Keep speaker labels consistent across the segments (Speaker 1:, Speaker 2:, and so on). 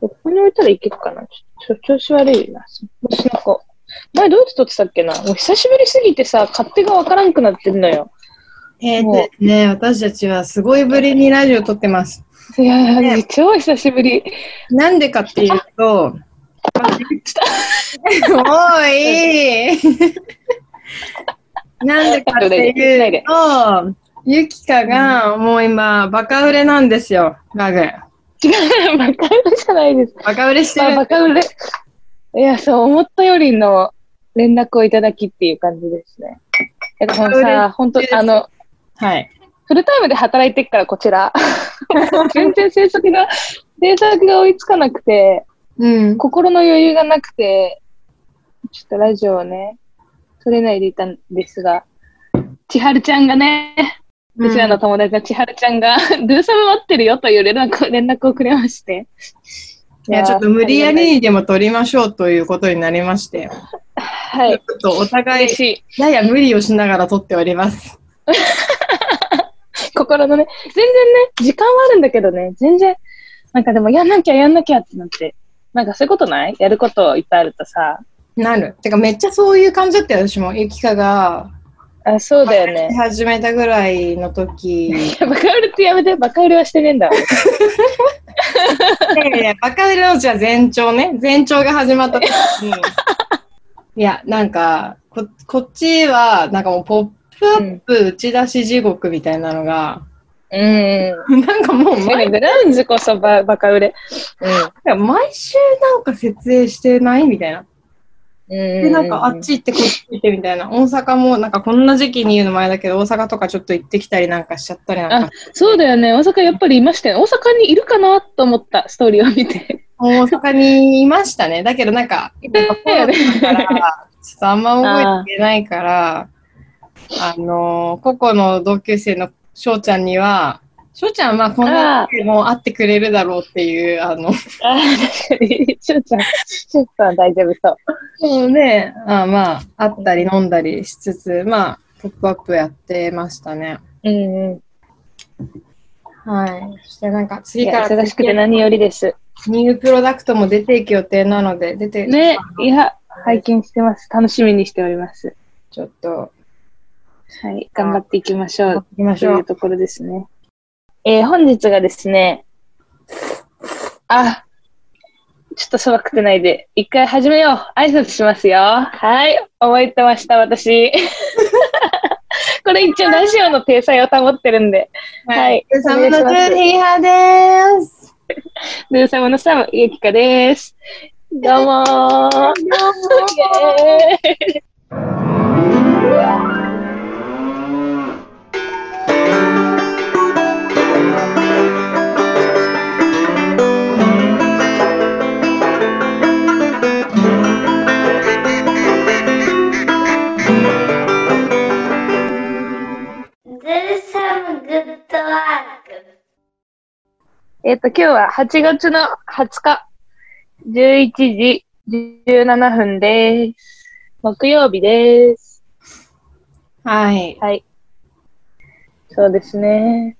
Speaker 1: ここに置いたらいけるかなちょちょ調子悪いな。昔なんか、前どうやって撮ってたっけなもう久しぶりすぎてさ、勝手がわからんくなってんのよ。
Speaker 2: えー
Speaker 1: もう
Speaker 2: でね、私たちはすごいぶりにラジオ撮ってます。
Speaker 1: いやー、
Speaker 2: ね
Speaker 1: 超久しぶり。
Speaker 2: なんでかっていうと、もういいなんでかっていうと、ゆきかがもう今、バカ売れなんですよ、ガグ。
Speaker 1: 違う、バカ売れじゃないです。
Speaker 2: バカ売れして
Speaker 1: まあ、
Speaker 2: る。
Speaker 1: バカ売れ。いや、そう、思ったよりの連絡をいただきっていう感じですね。だから
Speaker 2: バカ売れ
Speaker 1: さ、本当あの、
Speaker 2: はい。
Speaker 1: フルタイムで働いてっから、こち ら。全然制作が、制作が追いつかなくて、
Speaker 2: うん。
Speaker 1: 心の余裕がなくて、ちょっとラジオをね、撮れないでいたんですが、千春ちゃんがね、うちらの友達の千春ちゃんが、 ドゥーサム待ってるよという連絡を連絡をくれまして。
Speaker 2: いや、ちょっと無理やりにでも撮りましょうということになりまして、
Speaker 1: は
Speaker 2: ちょ
Speaker 1: い
Speaker 2: っ。とお互い
Speaker 1: 嬉、し
Speaker 2: やや無理をしながら撮っております。
Speaker 1: い。心のね、全然ね、時間はあるんだけどね、全然、なんかでも、やんなきゃやんなきゃってなって、なんかそういうことないやることいっぱいあるとさ、
Speaker 2: なる。てか、めっちゃそういう感じだったよ、私も。ゆきかが、
Speaker 1: あ、そうだよね。
Speaker 2: 始めたぐらいの時。い
Speaker 1: バカ売れってやめて、バカ売れはしてねえんだわ。
Speaker 2: やいや、バカ売れのうちは前兆ね。前兆が始まった時 に。いや、なんかこ、こっちは、なんかもう、ポップアップ打ち出し地獄みたいなのが、
Speaker 1: うん。
Speaker 2: なんかもう
Speaker 1: で
Speaker 2: 毎
Speaker 1: も、グラウンズこそババカ売れ。
Speaker 2: 毎週なんか設営してないみたいな。
Speaker 1: うん。うん
Speaker 2: で、なんかあっち行ってこっち行ってみたいな。大阪も、なんかこんな時期に言うの前だけど、大阪とかちょっと行ってきたりなんかしちゃったりなんか。
Speaker 1: そうだよね。大阪やっぱりいましたよ。大阪にいるかなと思った、ストーリーを見て。
Speaker 2: 大阪にいましたね。だけどなんか、やっぱコロナだから、ちょっとあんま覚えてないから、あのー、ココの同級生の翔ちゃんには、翔ちゃんはこの時期も会ってくれるだろうっていう、あの、
Speaker 1: ああ、確かに。しゅうちゃん、しゅうさん大丈夫そう。
Speaker 2: そうね、あまあ、会ったり飲んだりしつつ、まあ、ポップアップやってましたね。
Speaker 1: うんうん。
Speaker 2: はい。そしてなんか、
Speaker 1: い
Speaker 2: 次か
Speaker 1: や、
Speaker 2: ら、
Speaker 1: 忙しくて何よりです。
Speaker 2: ニュープロダクトも出ていく予定なので、出て、
Speaker 1: ね、いや、拝見してます。楽しみにしております。
Speaker 2: ちょっと、
Speaker 1: はい、頑張っていきましょ
Speaker 2: 行
Speaker 1: う。
Speaker 2: きまし
Speaker 1: と
Speaker 2: ょ
Speaker 1: いう
Speaker 2: う。
Speaker 1: ところですね。えー本日がですね、あ、ちょっとそば食ってないで、一回始めよう。挨拶しますよ。はい、覚えてました、 私。これ一応ラジオの体裁を保ってるんで。はい
Speaker 2: でサムのトゥーヒーハーです。
Speaker 1: ルーサムのサム、ゆきかです。どうもー。 イエーイ
Speaker 3: ルサムグッドワーク。
Speaker 1: えっと、今日は8月の20日、11時17分です。木曜日です。
Speaker 2: はい。
Speaker 1: はい。そうですね。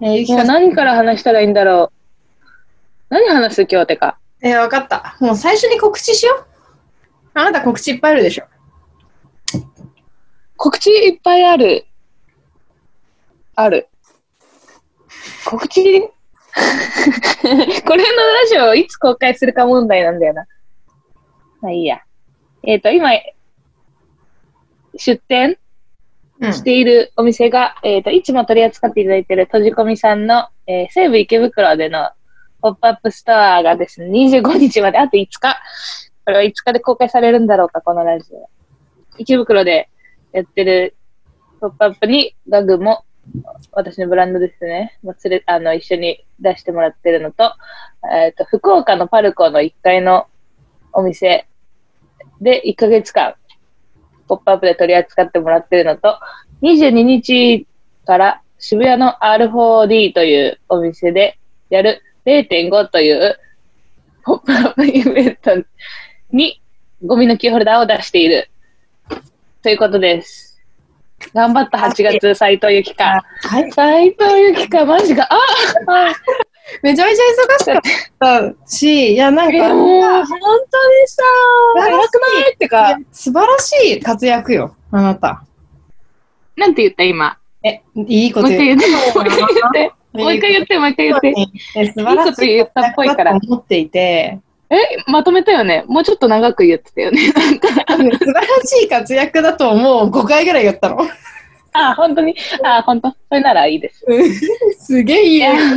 Speaker 2: えーゆき
Speaker 1: もう
Speaker 2: かさん。
Speaker 1: 何から話したらいいんだろう。何話す今日てか。
Speaker 2: えー、わかった。もう最初に告知しよう。あなた告知いっぱいあるでしょ。
Speaker 1: 告知いっぱいある。ある。告知 これのラジオをいつ公開するか問題なんだよな。まあいいや。えっ、と、今、出店
Speaker 2: うん
Speaker 1: しているお店が、えっ、と、いつも取り扱っていただいている閉じ込みさんの、えー西武池袋でのポップアップストアがですね、25日まで、あと5日。これは5日で公開されるんだろうか、このラジオ。池袋でやってるポップアップにガグも、私のブランドですね、もう連れ、あの、一緒に出してもらってるのと、えっ、と、福岡のパルコの1階のお店で1ヶ月間、ポップアップで取り扱ってもらってるのと、22日から渋谷の R4D というお店でやる0.5というポップアップイベントにゴミのキーホルダーを出しているということです。頑張った8月、斉藤由紀か。
Speaker 2: はい。
Speaker 1: 斉藤由紀か、マジか。ああ
Speaker 2: めちゃめちゃ忙しかったし、いや、なん
Speaker 1: え、もう、本、
Speaker 2: か
Speaker 1: 当にさ、
Speaker 2: 素晴ら
Speaker 1: 偉
Speaker 2: しい
Speaker 1: くないってか、
Speaker 2: 素晴らしい活躍よ、あなた。
Speaker 1: なんて言った今。
Speaker 2: え、いいこ
Speaker 1: も
Speaker 2: と
Speaker 1: う一回
Speaker 2: 言
Speaker 1: 言
Speaker 2: う。
Speaker 1: って、もう 一回言って、もう一回言って、もう一回言って。
Speaker 2: え素晴らしい
Speaker 1: いいこと言ったっぽいから
Speaker 2: だと思っていて、
Speaker 1: え、まとめたよね。もうちょっと長く言ってたよね。
Speaker 2: 多分素晴らしい活躍だともう5回ぐらい言ったの。
Speaker 1: あ、本当に。あ、本当。それならいいです。
Speaker 2: すげえいい
Speaker 1: いや
Speaker 2: よ。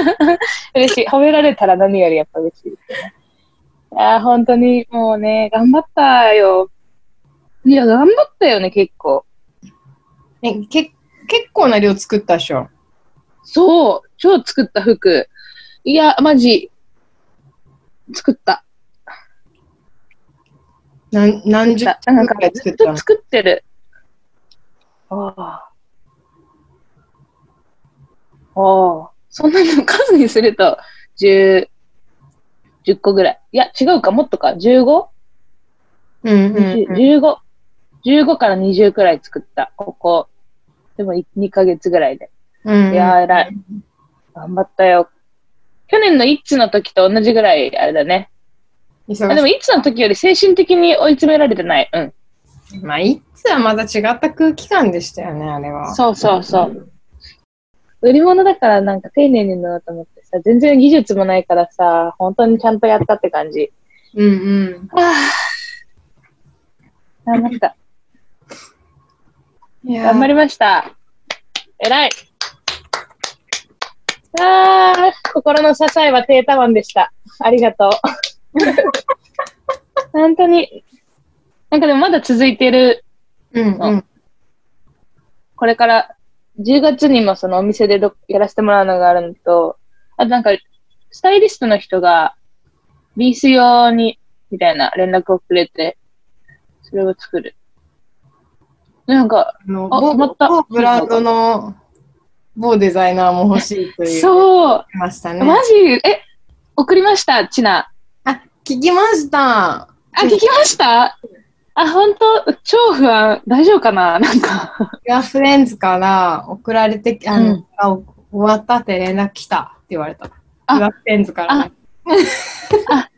Speaker 1: 嬉しい。褒められたら何よりやっぱ嬉しいですね。いやー、本当にもうね、頑張ったよ。いや、頑張ったよね、結構。
Speaker 2: えけ結構な量作ったでしょ。
Speaker 1: そう、超作った服。いや、マジ、作った。
Speaker 2: なん何十
Speaker 1: 作ったな
Speaker 2: 分
Speaker 1: ん
Speaker 2: ぐ
Speaker 1: から
Speaker 2: い
Speaker 1: ず
Speaker 2: 作
Speaker 1: っ
Speaker 2: ったの
Speaker 1: と。作ってる。ああ。ああ。そんなの数にすると、10、10個ぐらい。いや、違うか、もっとか、15?15、
Speaker 2: うんうんうん
Speaker 1: 15 15から20くらい作った、ここ。でも、い2ヶ月ぐらいで。
Speaker 2: うん。
Speaker 1: いやー、偉い。頑張ったよ。去年のイッチの時と同じぐらい、あれだね。あ
Speaker 2: 忙
Speaker 1: でも、
Speaker 2: し
Speaker 1: いつの時より精神的に追い詰められてない。うん。
Speaker 2: い。まあ、いつはまた違った空気感でしたよね、あれは。
Speaker 1: そうそうそう。売り物だからなんか丁寧に塗ろうと思ってさ、全然技術もないからさ、本当にちゃんとやったって感じ。
Speaker 2: うんうん。
Speaker 1: あ、なんか、
Speaker 2: いやー
Speaker 1: 頑張りました。偉い。あー、心の支えはテータワンでした。ありが とう。本当に。なんかでもまだ続いてる
Speaker 2: うんうん。
Speaker 1: これから、10月にもそのお店でどやらせてもらうのがあるのと、あとなんか、スタイリストの人が、リース用に、みたいな連絡をくれて、それを作る。なんか、
Speaker 2: あの
Speaker 1: あ
Speaker 2: 某
Speaker 1: また
Speaker 2: 某ブランドの某デザイナーも欲しいという。う。
Speaker 1: そう、
Speaker 2: ましたね。
Speaker 1: マジ、え、送りました、ちな。
Speaker 2: あ、聞きました。
Speaker 1: あ、聞きましたあ、本当超不安。大丈夫かななんか。
Speaker 2: ピュアフレンズから送られてき、あの、
Speaker 1: うん
Speaker 2: あ終わったって連絡来たって言われた。ピ
Speaker 1: あ
Speaker 2: ュアフレンズから、 ね。
Speaker 1: あ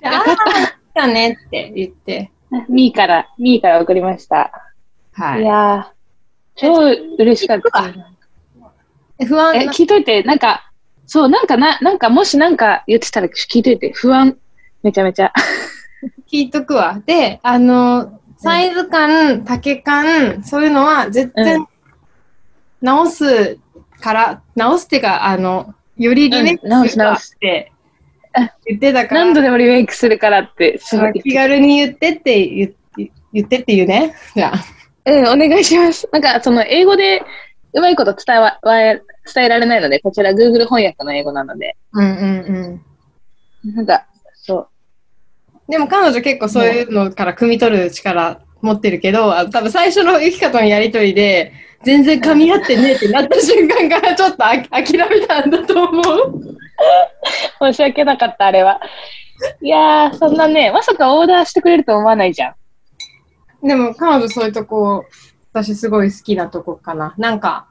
Speaker 2: であ、来たねって言って。
Speaker 1: ミーから、ミーから送りました。
Speaker 2: はいい。
Speaker 1: やー、超嬉しかった。
Speaker 2: 不安
Speaker 1: え、
Speaker 2: な
Speaker 1: 聞いといて、なんか、そう、なんかな、なんかもしなんか言ってたら聞いといて、不安。めちゃめちゃ。
Speaker 2: 聞いとくわ。で、あの、サイズ感、丈感、そういうのは絶
Speaker 1: う
Speaker 2: 対直すから、直すっていうか、あの、よりリメイク
Speaker 1: うん直す
Speaker 2: するわ
Speaker 1: 直
Speaker 2: っ
Speaker 1: す
Speaker 2: て
Speaker 1: あ
Speaker 2: 言ってたから
Speaker 1: 何、度でもリメイクするからって、すごい。
Speaker 2: 気軽に言ってって言って言ってって言うね。じゃあ。
Speaker 1: うん、お願いします。なんか、その、英語で、うまいこと伝わ、わ伝えられないので、こちら Google 翻訳の英語なので、
Speaker 2: うんうんうん。
Speaker 1: なんか、そう。
Speaker 2: でも彼女結構そういうのから汲み取る力持ってるけど、あの多分最初のユキカとのやりとりで、全然噛み合ってねえってなった瞬間からちょっとあき 諦めたんだと思う。
Speaker 1: 申し訳なかった、あれは。いやー、そんなね、まさかオーダーしてくれると思わないじゃん。
Speaker 2: でも彼女そういうとこ、私すごい好きなとこかな。なんか、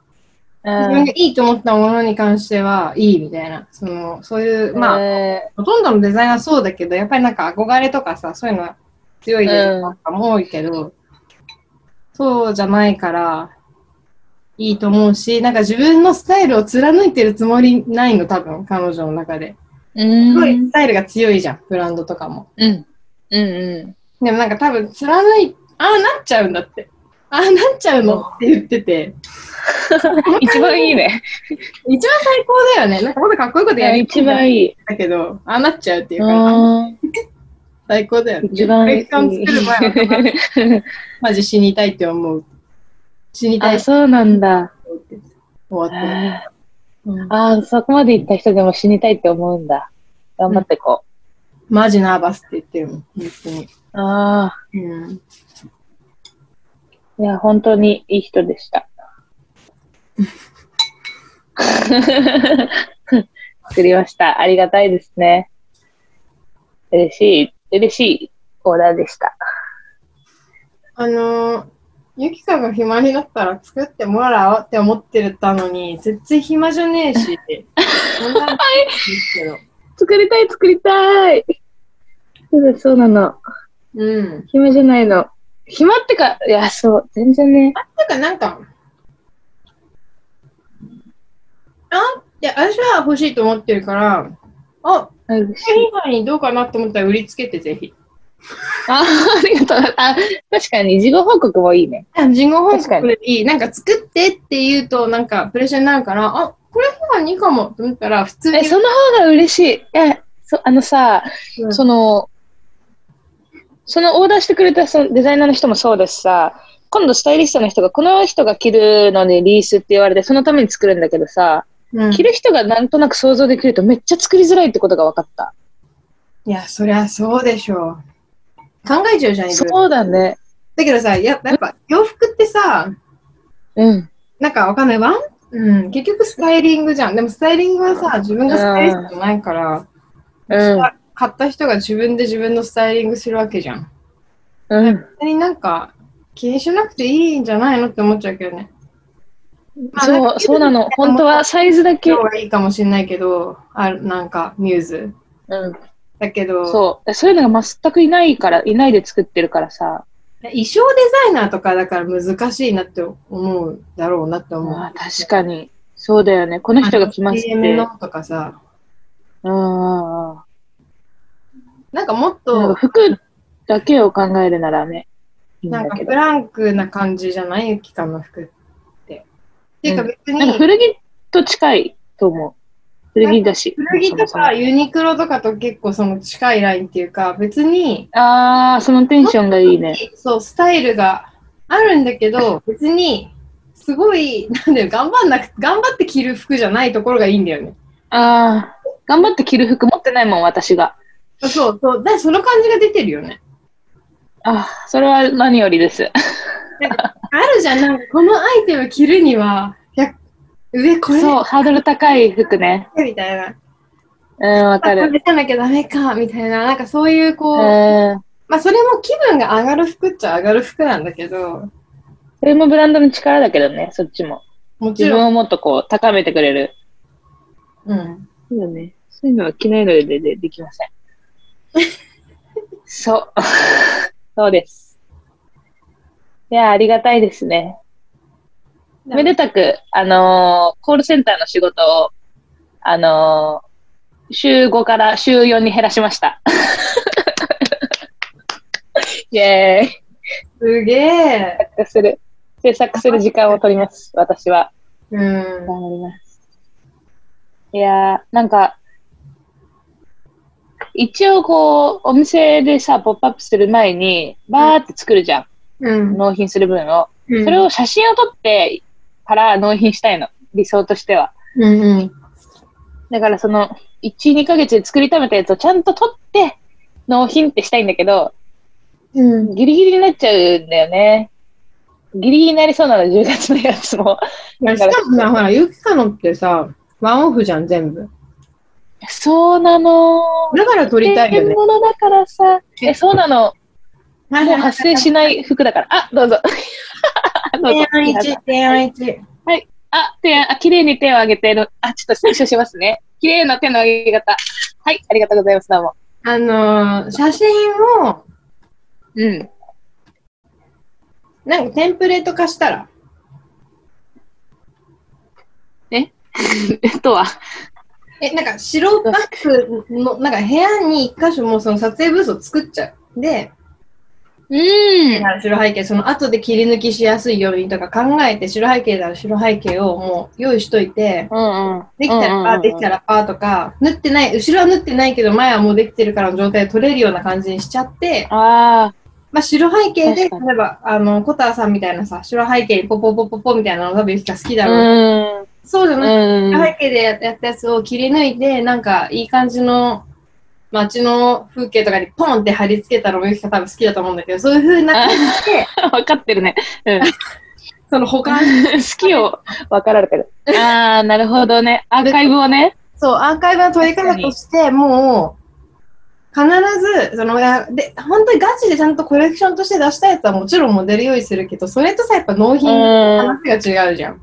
Speaker 2: 自
Speaker 1: う
Speaker 2: 分
Speaker 1: ん
Speaker 2: が。いいと思ったものに関しては、いいみたいな。その、そういう、まあ、
Speaker 1: あ、
Speaker 2: ほとんどのデザインはそうだけど、やっぱりなんか憧れとかさ、そういうのは強いデザインとかも多いけど、そうじゃないから、いいと思うし、なんか自分のスタイルを貫いてるつもりないの、多分、彼女の中で。
Speaker 1: うん。
Speaker 2: す
Speaker 1: う
Speaker 2: ごい
Speaker 1: ん。
Speaker 2: スタイルが強いじゃん、ブランドとかも。
Speaker 1: うん。う
Speaker 2: でもなんか多分、貫い、ああなっちゃうんだって。ああなっちゃうのって言ってて。
Speaker 1: ん。一番いいね。
Speaker 2: 一番最高だよね。なんかほんとかっこいいことやりた
Speaker 1: 一
Speaker 2: いんだ
Speaker 1: 番いい。
Speaker 2: けど、ああなっちゃうっていうから、
Speaker 1: うん
Speaker 2: 最高だよね。
Speaker 1: 一番
Speaker 2: コ
Speaker 1: い
Speaker 2: レクション作る前は多分
Speaker 1: い。
Speaker 2: マジ死にたいって思う。死にた い
Speaker 1: あ、
Speaker 2: って
Speaker 1: そうなんだ。
Speaker 2: 思って終わってる。
Speaker 1: あ
Speaker 2: うん
Speaker 1: あ、そこまで行った人でも死にたいって思うんだ。頑張ってこ
Speaker 2: マジナーバスって言ってるもん、本当に。
Speaker 1: う。ああ、
Speaker 2: うん、
Speaker 1: いや、本当にいい人でした。 作りました。ありがたいですね。嬉しい、嬉しいオーダーでした。
Speaker 2: あのーゆきかが暇になったら作ってもらおうって思ってたのに、全然暇じゃねえし。そんなのいいけ ど。
Speaker 1: 作りたい、作りたい。そうだ、そうなの。
Speaker 2: うん。
Speaker 1: 暇じゃないの。暇ってか、いや、そう、全然ね。
Speaker 2: なんか、なんか、あいや、私は欲しいと思ってるから、あ、
Speaker 1: あ嬉し
Speaker 2: それ
Speaker 1: い
Speaker 2: 以外にどうかなと思ったら売りつけて、ぜひ。
Speaker 1: あ、ありがとう。あ、確かに、事後報告もいいね。
Speaker 2: あ、人工報
Speaker 1: 確か
Speaker 2: 告
Speaker 1: に
Speaker 2: でいい。なんか作ってって言うと、なんかプレッシャーになるから、あ、これ以外にいいかもと思ったら、普通に。
Speaker 1: え、その方が嬉しい。いや、そあのさ、
Speaker 2: うん
Speaker 1: その、そのオーダーしてくれたそのデザイナーの人もそうですさ、今度スタイリストの人が、この人が着るのにリースって言われて、そのために作るんだけどさ、
Speaker 2: うん
Speaker 1: 着る人がなんとなく想像できるとめっちゃ作りづらいってことが分かった。
Speaker 2: いや、そりゃそうでしょう。考えちゃうじゃん、いろいろ
Speaker 1: そうだね。
Speaker 2: だけどさ、ややっぱ洋服ってさ、
Speaker 1: うん。
Speaker 2: なんかわかんない。ワン、うん、結局スタイリングじゃん。でもスタイリングはさ、自分がスタイリストじゃないから、
Speaker 1: うん。
Speaker 2: 買った人が自分で自分のスタイリングするわけじゃん。
Speaker 1: うん。
Speaker 2: 別になんか気にしなくていいんじゃないのって思っちゃうけどね。まあなん
Speaker 1: そ
Speaker 2: か
Speaker 1: う、そうなの。本当はサイズだけ。
Speaker 2: 今
Speaker 1: う
Speaker 2: 日はいいかもしれないけど、あなんかミューズ。
Speaker 1: ん。
Speaker 2: だけど、
Speaker 1: そう。そういうのが全くいないから、いないで作ってるからさ。
Speaker 2: 衣装デザイナーとかだから難しいなって思うだろうなって思う。
Speaker 1: あー確かに。そうだよね。この人が来ますって。う
Speaker 2: CM
Speaker 1: ん
Speaker 2: のとかさ、
Speaker 1: うんうん。
Speaker 2: なんか
Speaker 1: な
Speaker 2: もっ
Speaker 1: んか
Speaker 2: と、
Speaker 1: 服だけを考えるならね。いいん
Speaker 2: なん
Speaker 1: だ
Speaker 2: か
Speaker 1: け
Speaker 2: フ
Speaker 1: ど。
Speaker 2: ランクな感じじゃないゆきかの服って。っていうか別
Speaker 1: なんか
Speaker 2: に、
Speaker 1: 古着と近いと思う。古着だし。
Speaker 2: 古着と
Speaker 1: そも
Speaker 2: かユニクロとかと結構その近いラインっていうか、別に、
Speaker 1: そもああ、そのテンションがいいね。
Speaker 2: そう、スタイルがあるんだけど、別に、すごい、なんだよ、頑張んなく、頑張って着る服じゃないところがいいんだよね。
Speaker 1: ああ、頑張って着る服持ってないもん、私が。
Speaker 2: そうそう、だその感じが出てるよね。
Speaker 1: ああ、それは何よりです。
Speaker 2: あるじゃん、なんかこのアイテム着るには、いや、上これ
Speaker 1: そう、ハードル高い服ね。
Speaker 2: みたいな。
Speaker 1: うん、わか
Speaker 2: 食
Speaker 1: る。
Speaker 2: べさなきゃダメか、みたいな、なんかそういうこ
Speaker 1: う
Speaker 2: う、
Speaker 1: ん。
Speaker 2: まあそれも気分が上がる服っちゃ上がる服なんだけど、
Speaker 1: それもブランドの力だけどね、そっちも。
Speaker 2: もち
Speaker 1: 自
Speaker 2: ろ
Speaker 1: 分
Speaker 2: ん、
Speaker 1: をもっとこう、高めてくれる。
Speaker 2: うん、
Speaker 1: そうだね。そういうのは着ないのでででできません。そう。 そうです。いや、ありがたいですね。めでたく、あのーコールセンターの仕事を、あのー週5から週4に減らしました。 イェーイ。
Speaker 2: すげえ。
Speaker 1: 制作 する。制作する時間を取ります、私は。
Speaker 2: うん。
Speaker 1: 頑張ります。いやー、なんか、一応こう、お店でさ、ポップアップする前に、バーって作るじゃん。
Speaker 2: うん。
Speaker 1: 納品する分を。
Speaker 2: うん
Speaker 1: それ、を写真を撮ってから納品したいの。理想としては。
Speaker 2: うんうん。
Speaker 1: だからその、1、2ヶ月で作りためたやつをちゃんと撮って、納品ってしたいんだけど、
Speaker 2: うん。
Speaker 1: ギリギリになっちゃうんだよね。ギリギリになりそうなの、10月のやつも。
Speaker 2: いやしかもさ、ほら、ゆきかのってさ、ワンオフじゃん、全部。
Speaker 1: そうなの
Speaker 2: だから撮りたいよね。
Speaker 1: ものだからさ。え、そうなの。
Speaker 2: は
Speaker 1: もう発生しない服だから。あ、どう ぞ。どうぞ
Speaker 2: 点一、点一。
Speaker 1: あ、手、あ、綺麗に手を上げてる。あ、ちょっと失礼しますね。綺麗な手の上げ方。はい、ありがとうございます。どうも。
Speaker 2: あのー、写真を、
Speaker 1: うん。
Speaker 2: なんかテンプレート化したら、
Speaker 1: えっとは。
Speaker 2: え、なんか白バッグの、なんか部屋に一箇所もうその撮影ブースを作っちゃう。で、
Speaker 1: うん。
Speaker 2: 白背景、その後で切り抜きしやすいようにとか考えて、白背景なら白背景をもう用意しといて、
Speaker 1: うんうん。
Speaker 2: できたらパー、できた
Speaker 1: ら。
Speaker 2: らパーとか、縫ってない、後ろは縫ってないけど、前はもうできてるからの状態で撮れるような感じにしちゃって、
Speaker 1: あ
Speaker 2: まあ、白背景で、例え
Speaker 1: 確
Speaker 2: ば、あの、コターさんみたいなさ、白背景にポポポポポみたいなの多分ゆきか好きだ
Speaker 1: あ。
Speaker 2: ろう。
Speaker 1: うん。
Speaker 2: そうじゃなくて
Speaker 1: うん。
Speaker 2: 背景でやったやつを切り抜いて、なんかいい感じの街の風景とかにポンって貼り付けたのもゆきか多分好きだと思うんだけど、そういう風な感じで、
Speaker 1: 分かってるね。うん。
Speaker 2: その保 管、
Speaker 1: 好きを分かられて る。ああ、なるほどね。アーカイブをね。
Speaker 2: そう、アーカイブの取り方として、もう、必ず、その、なで、本当にガチでちゃんとコレクションとして出したやつはもちろんモデル用意するけど、それとさ、やっぱ納
Speaker 1: う
Speaker 2: 品、
Speaker 1: ん。
Speaker 2: 話が違うじゃん。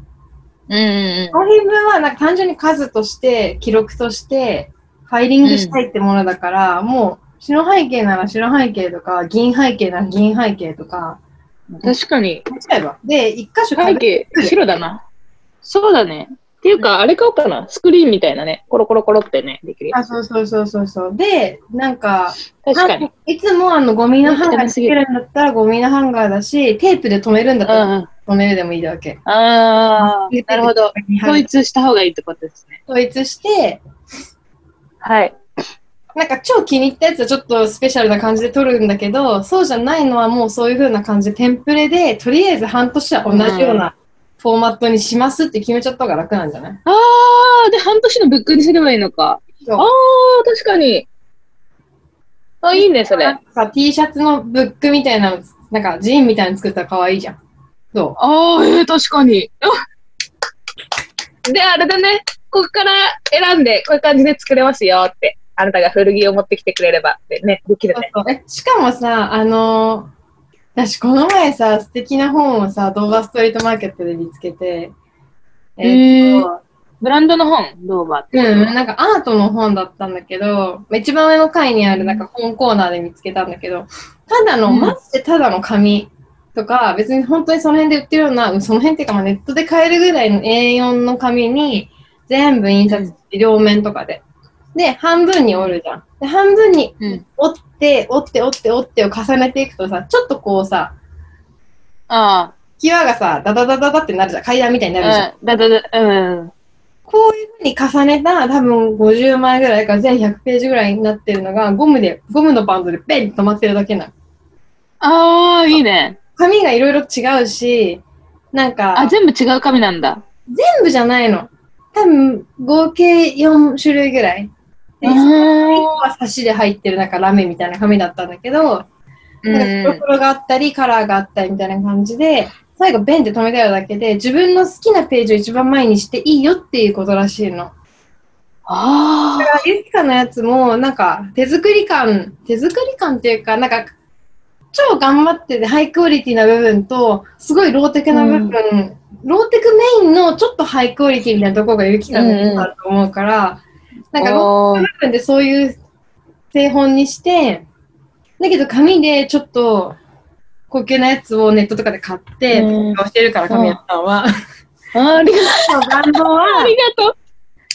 Speaker 1: うん。
Speaker 2: 納品分はなんか単純に数として、記録として、ファイリングしたいってものだから、もう、白背景なら白背景とか、銀背景なら銀背景とか、
Speaker 1: 確かに、
Speaker 2: やっちゃえば。で、一箇所
Speaker 1: 背
Speaker 2: 壁
Speaker 1: 景、白だな。そうだね。っていうか、あれ買おうかな。スクリーンみたいなね。コロコロコロってね、できるや
Speaker 2: あ、そうそうそうそうそう。で、なんか、
Speaker 1: つ。確かに。
Speaker 2: いつもあのゴミのハンガーにつけるんだったらゴミのハンガーだし、テープで留めるんだっ
Speaker 1: う
Speaker 2: たら
Speaker 1: ん。
Speaker 2: 止めるでもいいだけ。
Speaker 1: ああ、なるほど。統一した方がいいってことですね。
Speaker 2: 統一して、
Speaker 1: はい。
Speaker 2: なんか超気に入ったやつはちょっとスペシャルな感じで撮るんだけど、そうじゃないのはもうそういう風な感じでテンプレで、とりあえず半年は同じようなフォーマットにしますって決めちゃった方が楽なんじゃない
Speaker 1: ああ、で、半年のブックにすればいいのか。
Speaker 2: そう
Speaker 1: ああ、確かに。あ、いいね、それ。
Speaker 2: なん
Speaker 1: あ
Speaker 2: かさ、T シャツのブックみたいなの、なんかジーンみたいなの作ったら可愛いじゃん。ど
Speaker 1: あー、えー、確かに。あで、あれだね。ここから選んで、こういう感じで作れますよって。あなたが古着を持ってきてくれれば、でね、できる
Speaker 2: う
Speaker 1: ね。
Speaker 2: えしかもさ、あのー私この前さ、素敵な本をさ、動画ストリートマーケットで見つけて、
Speaker 1: へ
Speaker 2: え
Speaker 1: ー
Speaker 2: っと、
Speaker 1: ブランドの本、ドーバーって。
Speaker 2: うん、なんかアートの本だったんだけど、一番上の階にあるなんか本コーナーで見つけたんだけど、ただの、
Speaker 1: うん
Speaker 2: マジでただの紙とか、別に本当にその辺で売ってるような、うんその辺っていうかまあネットで買えるぐらいの A4 の紙に全部印刷して、両面とかで。で、半分に折るじゃん。で、半分に
Speaker 1: うん。
Speaker 2: 折って、折って、折って、折ってを重ねていくとさ、ちょっとこうさ、
Speaker 1: あ
Speaker 2: 際がさ、ダダダダダってなるじゃん。階段みたいになるじゃん。
Speaker 1: あ、うん。だだだ、うん。
Speaker 2: こういうふうに重ねた、多分50枚ぐらいから全100ページぐらいになってるのが、ゴムで、ゴムのバンドでペンって止まってるだけなの。
Speaker 1: ああ、いいね。
Speaker 2: 紙がいろいろ違うし、なんか、
Speaker 1: あ、全部違う紙なんだ。
Speaker 2: 全部じゃないの。多分、合計4種類ぐらい。で、
Speaker 1: う
Speaker 2: 1
Speaker 1: ん。
Speaker 2: 個は差しで入ってる、なんかラメみたいな紙だったんだけど、なんか黒黒があったり、カラーがあったりみたいな感じで、最後、ベンって止めたよだけで、自分の好きなページを一番前にしていいよっていうことらしいの。
Speaker 1: あ
Speaker 2: だからゆきかのやつもなんか手作り感手作り感っていうかなんか超頑張っててハイクオリティな部分とすごいローテクな部分、ローテクメインのちょっとハイクオリティみたいなところがゆきかのやつだと思うから、
Speaker 1: あ。
Speaker 2: なんかローテクな部分でそういう製本にしてだけど紙でちょっと高級なやつをネットとかで買って、
Speaker 1: うん
Speaker 2: 教えるから紙屋さんは。
Speaker 1: ありが
Speaker 2: バンド
Speaker 1: あ
Speaker 2: は
Speaker 1: りがとう。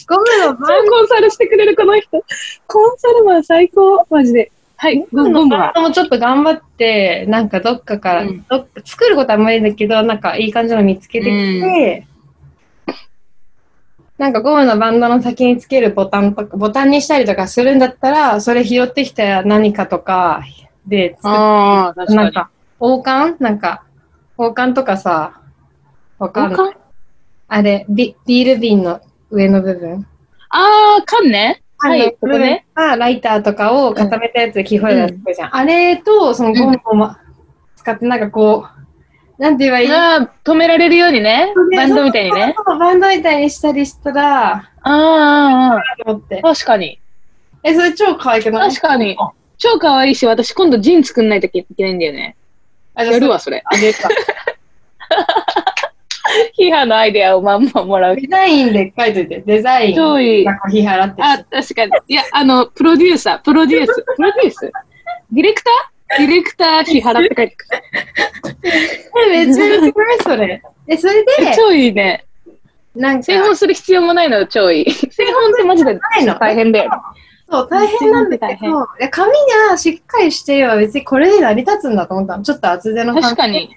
Speaker 2: ゴムのバ ン
Speaker 1: 超コンサルしてくれるこの人。コンサルマン最高。マジで。はい、ゴ
Speaker 2: 今
Speaker 1: ム
Speaker 2: 度
Speaker 1: は。
Speaker 2: もちょっと頑張って、なんかどっかから、
Speaker 1: うん
Speaker 2: どっか作ることは無理だけど、なんかいい感じの見つけてきて、なんかゴムのバンドの先につけるボタンとか、ボタンにしたりとかするんだったら、それ拾ってきた何かとかで作っ
Speaker 1: ああ、確
Speaker 2: なん。か、王冠なんか、王冠とかさ、わかんな
Speaker 1: あ
Speaker 2: い。あれビ、ビール瓶の上の部分。
Speaker 1: あー、缶ね。はい
Speaker 2: あの
Speaker 1: ここね。
Speaker 2: あライターとかを固めたやつでキーホルダー作るじゃん。あれと、そのゴムを、ま使って、なんかこう、なんて言えばいい
Speaker 1: ああ、止められるようにね
Speaker 2: 止。め
Speaker 1: バンドみたいにね。
Speaker 2: そうバンドみたいにしたりしたら、
Speaker 1: あーあー、あ
Speaker 2: と思って
Speaker 1: ー。確かに。
Speaker 2: え、それ超可愛くない
Speaker 1: 確かに。超可愛いし、私今度ジン作んないといけないんだよね。
Speaker 2: あ
Speaker 1: やる。わ、それ。
Speaker 2: じゃあそれあげる
Speaker 1: ヒハのアイデアをまんまもらう
Speaker 2: か。。デザインで書いといて、デザイン。
Speaker 1: 超いい。
Speaker 2: なんか日払って
Speaker 1: あ、確かに。いや、あの、プロデューサー、プロデュース、プロデュースディレクターディレクター、日払って書いてくる。
Speaker 2: えめっちゃ面白い、それ。え、それで、
Speaker 1: 超いいね。
Speaker 2: なんか、
Speaker 1: 製本する必要もないの、超いい。製本ってマジで
Speaker 2: ないの。
Speaker 1: 大変だよね。
Speaker 2: そう、大変なんだ
Speaker 1: 大
Speaker 2: け
Speaker 1: 変
Speaker 2: ど、いや髪がしっかりしてれば別にこれで成り立つんだと思ったの。ちょっと厚手の髪
Speaker 1: 確かに。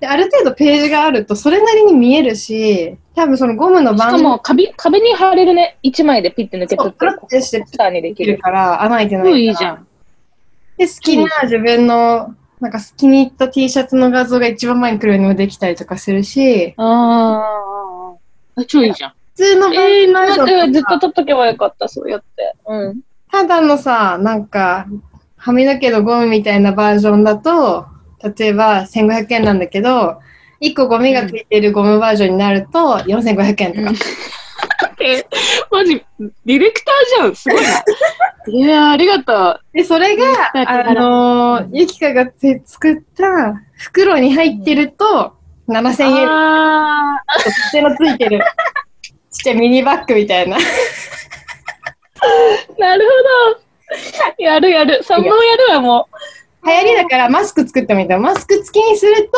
Speaker 2: である程度ページがあるとそれなりに見えるし多分そのゴムの
Speaker 1: しか
Speaker 2: バンド
Speaker 1: も、壁、壁に貼れるね。一枚でピッて抜け取っ
Speaker 2: そう
Speaker 1: て
Speaker 2: プロ、ッてして
Speaker 1: スターにでき
Speaker 2: いる
Speaker 1: る。
Speaker 2: から穴開いて
Speaker 1: す
Speaker 2: ないか
Speaker 1: ご
Speaker 2: ら
Speaker 1: いいいじゃん。
Speaker 2: で好きな自分のなんか気に入った T シャツの画像が一番前に来るようにもできたりとかするし
Speaker 1: あー。超いいじゃん。
Speaker 2: 普通のバ
Speaker 1: えー、
Speaker 2: ンド
Speaker 1: なん
Speaker 2: の
Speaker 1: かずっと取っとけばよかった、そうやって。うん。
Speaker 2: ただのさなんか髪の毛のゴムみたいなバージョンだと例えば1500円なんだけど1個ゴミがついてるゴムバージョンになると4500円とか、
Speaker 1: え、マジ、ディレクターじゃん。すごいな。 いやー、ありがとう。
Speaker 2: で、それが、
Speaker 1: うん
Speaker 2: あのー、ゆきかがて作った袋に入ってると、7000円、ちょっ
Speaker 1: あー
Speaker 2: と特製のつい てる、ちっちゃいミニバッグみたいな。
Speaker 1: なるほど。やるやる。3本やるわ、も
Speaker 2: 流行りだからマスク作ってもいいんだよマスク付きにする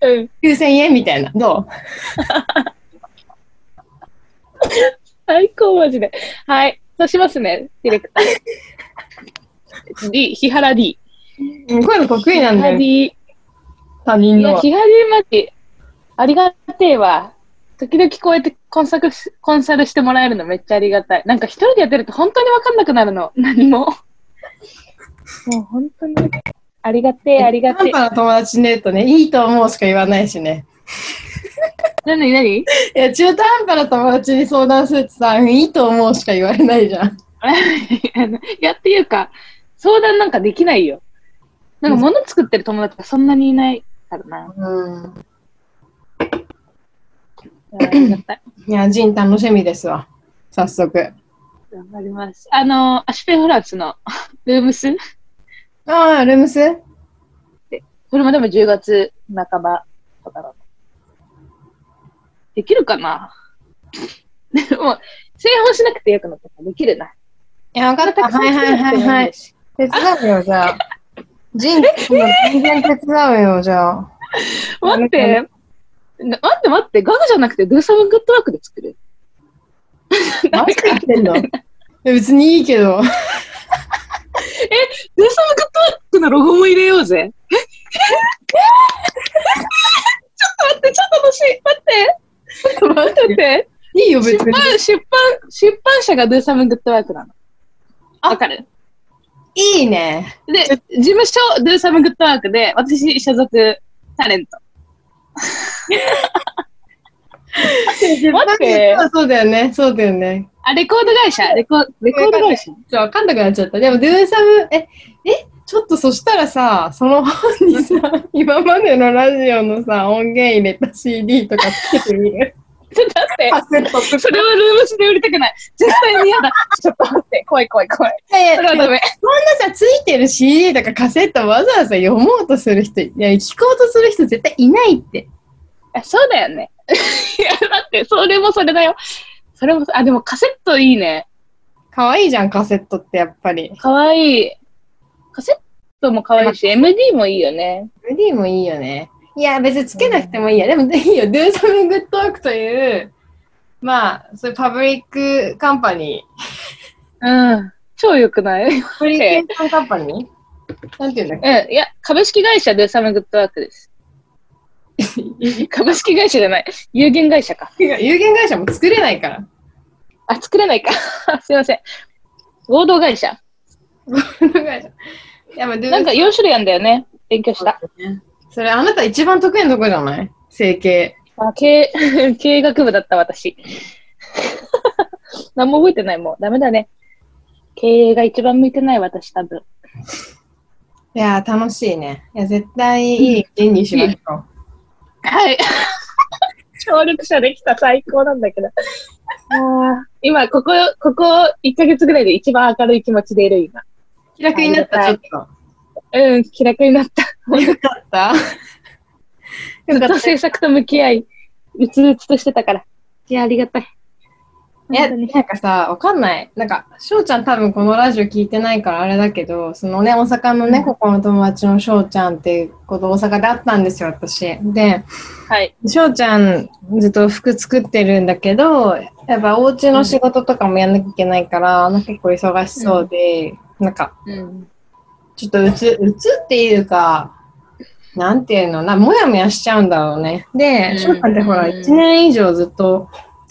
Speaker 1: う。うん。
Speaker 2: と、9000円みたいな。どう
Speaker 1: 最高、マジで。はい。そうしますね、ディレクター。D、日原 D。
Speaker 2: うんこういうの得意なんだ
Speaker 1: 日原
Speaker 2: よ、
Speaker 1: D。
Speaker 2: 他人
Speaker 1: い
Speaker 2: の
Speaker 1: や、
Speaker 2: は。
Speaker 1: 日原 D マキ、ありがてえわ。時々こうやってコンサルしコンサルしてもらえるのめっちゃありがたい。なんか一人でやってると本当にわかんなくなるの。何も。もう本当に。ありがてえ、ありがて
Speaker 2: 半
Speaker 1: え。
Speaker 2: 端な友達ねとね、いいと思うしか言わないしね。
Speaker 1: なになに
Speaker 2: いや、中途半端な友達に相談するとさ、うんいいと思うしか言われないじゃん。
Speaker 1: あのいやっていうか、相談なんかできないよ。なんか物作ってる友達がそんなにいないからな。
Speaker 2: うん。
Speaker 1: ありがたい
Speaker 2: いや、ジン楽しみですわ。早速。
Speaker 1: 頑張ります。あの、アシュペンフランスのルームス、
Speaker 2: ああ、ルームス
Speaker 1: これもでも10月半ばとかだと。できるかな でも、製本しなくてよくなったからできるな。
Speaker 2: いや、わかった。はいはいはいはい。手伝うよ、じゃあ。ジン、全然手伝うよ、じゃあ。
Speaker 1: 待って、な待って待って、ガグじゃなくて、ドゥーサムグッドワークで作る。
Speaker 2: マジで言ってんのいや別にいいけど。
Speaker 1: ドゥーサムグッドワークのロゴも入れようぜ。えええちょっと待って、ちょっと楽しい。待って、
Speaker 2: 待
Speaker 1: 待っ。て。
Speaker 2: いいよ、
Speaker 1: 出
Speaker 2: 別に。
Speaker 1: 版、出版、出版社がドゥーサムグッドワークなの。
Speaker 2: あ
Speaker 1: わかる
Speaker 2: いいね。
Speaker 1: で、事務所、ドゥーサムグッドワークで、私、所属タレント。待って
Speaker 2: そうそうだよね、そうだよね。
Speaker 1: あ、レコード会社レコレコード会社
Speaker 2: ちょ、わかんなくなっちゃった。でも、ドゥーサム、え、え、ちょっとそしたらさ、その本にさ、今までのラジオのさ、音源入れた CD とかつけてみる。
Speaker 1: ちょっと待って。
Speaker 2: カセットとか。
Speaker 1: それはルームスで売りたくない。絶対に嫌だ。ちょっと待って。怖い怖い怖い。
Speaker 2: いやい
Speaker 1: それ
Speaker 2: や
Speaker 1: はダメ。
Speaker 2: そんなさ、ついてる CD とかカセットわざわざ読もうとする人、いや、聞こうとする人絶対いないって。
Speaker 1: あそうだよね。 いや、待って。それもそれだよ。それも、あ、でもカセットいいね。
Speaker 2: 可愛いじゃん、カセットってやっぱり。
Speaker 1: かわいい。カセットもかわいいし、MD もいいよね。
Speaker 2: MD もいいよね。いや、別につけなくてもいいや。でもいいよ、Do Some Good Talk という、まあ、そういうパブリックカンパニ
Speaker 1: う
Speaker 2: ー。
Speaker 1: ん。超良くない
Speaker 2: パブリックカンパニーなんていうんだっ
Speaker 1: うん。いや、株式会社でサムグッドワークです。株式会社じゃない。有限会社か。
Speaker 2: け 有限会社も作れないから。
Speaker 1: あ、作れないか。 すいません。合同会社。
Speaker 2: 有限会社。いや、まあ、Do
Speaker 1: なんか4種類あるんだよね。勉強した。
Speaker 2: それあなた一番得意なとこじゃない整形。
Speaker 1: あ経 営経営学部だった私。 何も覚えてないもう。ダメだね。経営が一番向いてない私多分。
Speaker 2: いやー、楽しいね。いや、絶対いい人にしましょう。
Speaker 1: はい。 協力者できた最高なんだけど。あー今、ここ、ここ1ヶ月ぐらいで一番明るい気持ちでいる、今。
Speaker 2: 気楽になった、ちょっと。
Speaker 1: うん、気楽にな った。
Speaker 2: よかった。
Speaker 1: ず
Speaker 2: よ
Speaker 1: っ
Speaker 2: か
Speaker 1: と
Speaker 2: った。
Speaker 1: 制作と向き合い、うつうつとしてたから。いや、ありがたい。
Speaker 2: え、
Speaker 1: 本当に
Speaker 2: なんかさ、わかんない。なんか、翔ちゃん多分このラジオ聞いてないからあれだけど、そのね、大阪の
Speaker 1: う
Speaker 2: ね、
Speaker 1: ん
Speaker 2: ここの友達の翔ちゃんっていうこと、大阪で会ったんですよ、私。で、
Speaker 1: はい。
Speaker 2: 翔ちゃんずっと服作ってるんだけど、やっぱお家の仕事とかもやんなきゃいけないから、なんか結構忙しそうで、なんか、
Speaker 1: うん。
Speaker 2: ちょっとうつ、うつっていうか、なんていうのな、もやもやしちゃうんだろうね。
Speaker 1: う
Speaker 2: で、
Speaker 1: ん
Speaker 2: 翔さんってほら、
Speaker 1: うん
Speaker 2: 1年以上ずっと、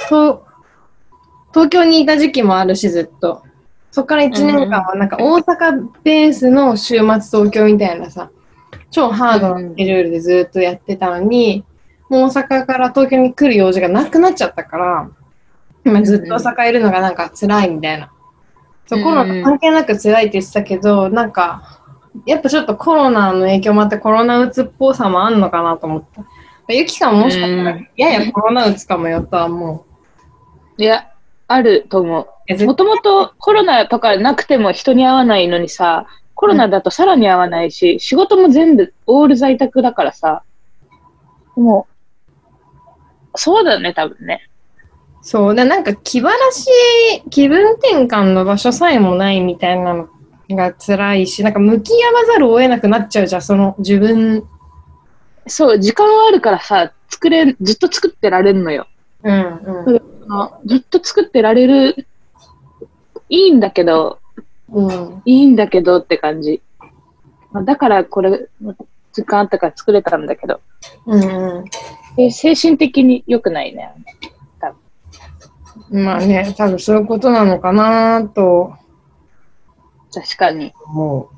Speaker 2: と東京にいた時期もあるし、ずっと。そっから1年間は、なんか大阪ベースの週末東京みたいなさ、超ハードなスケジュールでずっとやってたのに、もう大阪から東京に来る用事がなくなっちゃったから、今ずっと大阪いるのがなんか辛いみたいな。そうコロナ関係なく辛いって言ってたけど、なんか、やっぱちょっとコロナの影響もあってコロナうつっぽさもあんのかなと思った。ゆきかももしかした
Speaker 1: う
Speaker 2: ら、ややコロナうつかもよとはも
Speaker 1: いや、あると思
Speaker 2: え
Speaker 1: う。
Speaker 2: 絶
Speaker 1: もともとコロナとかなくても人に会わないのにさ、コロナだとさらに会わないし、仕事も全部オール在宅だからさ、もう、そうだね、多分ね。
Speaker 2: そうだ、なんか気晴らしい、気分転換の場所さえもないみたいなのが辛いし、なんか向き合わざるを得なくなっちゃうじゃん、その自分。
Speaker 1: そう、時間はあるからさ、作れ、ずっと作ってられるのよ。
Speaker 2: うん
Speaker 1: んあずっと作ってられる、いいんだけど、
Speaker 2: うん。うん。
Speaker 1: いいんだけどって感じ。まあだからこれ、時間あったから作れたんだけど、
Speaker 2: うん、
Speaker 1: で精神的に良くないね。
Speaker 2: うん。まあね、多分そういうことなのかなと
Speaker 1: 確かに。
Speaker 2: 思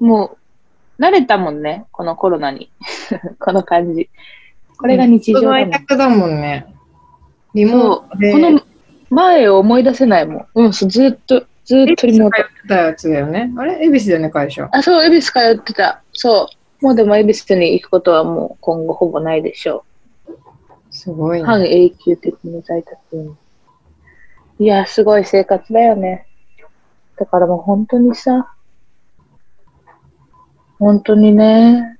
Speaker 1: もう、慣れたもんね、このコロナに。 この感じ。これが日
Speaker 2: う。
Speaker 1: 常だもん
Speaker 2: 人の委託だもんね。リモートで。
Speaker 1: この前を思い出せないもん。うん、そうずっと、ずっ
Speaker 2: 恵
Speaker 1: と
Speaker 2: 比
Speaker 1: リ
Speaker 2: 寿通
Speaker 1: モ
Speaker 2: っ
Speaker 1: ート。
Speaker 2: てたやつだよね。あれ恵比寿だよね、会社。
Speaker 1: あ、そう、恵比寿通ってた。そう。もうでも恵比寿に行くことはもう今後ほぼないでしょ。
Speaker 2: すごいうね。
Speaker 1: 半永久的に在宅に。いや、すごい生活だよね。だからもう本当にさ、本当にね。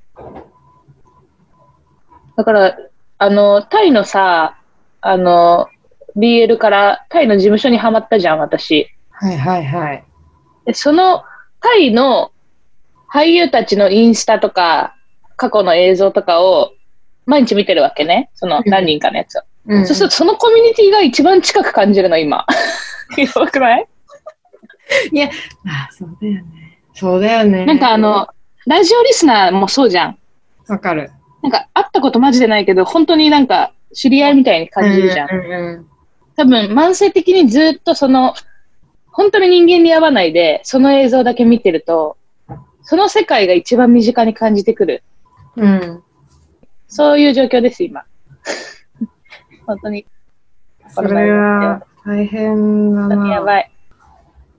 Speaker 1: だから、あの、タイのさ、あの、BL からタイの事務所にハマったじゃん、私。
Speaker 2: はいはいはい。
Speaker 1: でそのタイの俳優たちのインスタとか、過去の映像とかを毎日見てるわけね。その何人かのやつを。
Speaker 2: うん
Speaker 1: そうするとそのコミュニティが一番近く感じるの、今。 やばくない
Speaker 2: あ、そうだよね。そうだよね。
Speaker 1: なんかあ、の、ラジオリスナーもそうじゃん。
Speaker 2: わかる。
Speaker 1: なんか会ったことマジでないけど、本当になんか知り合いみたいに感じるじゃん。
Speaker 2: うんうん
Speaker 1: 多分慢性的にずっとその、本当に人間に会わないで、その映像だけ見てると、その世界が一番身近に感じてくる。
Speaker 2: うん。うん
Speaker 1: そういう状況です、今。 本当に。
Speaker 2: それは大変だ
Speaker 1: 本当にや
Speaker 2: な。
Speaker 1: ばい。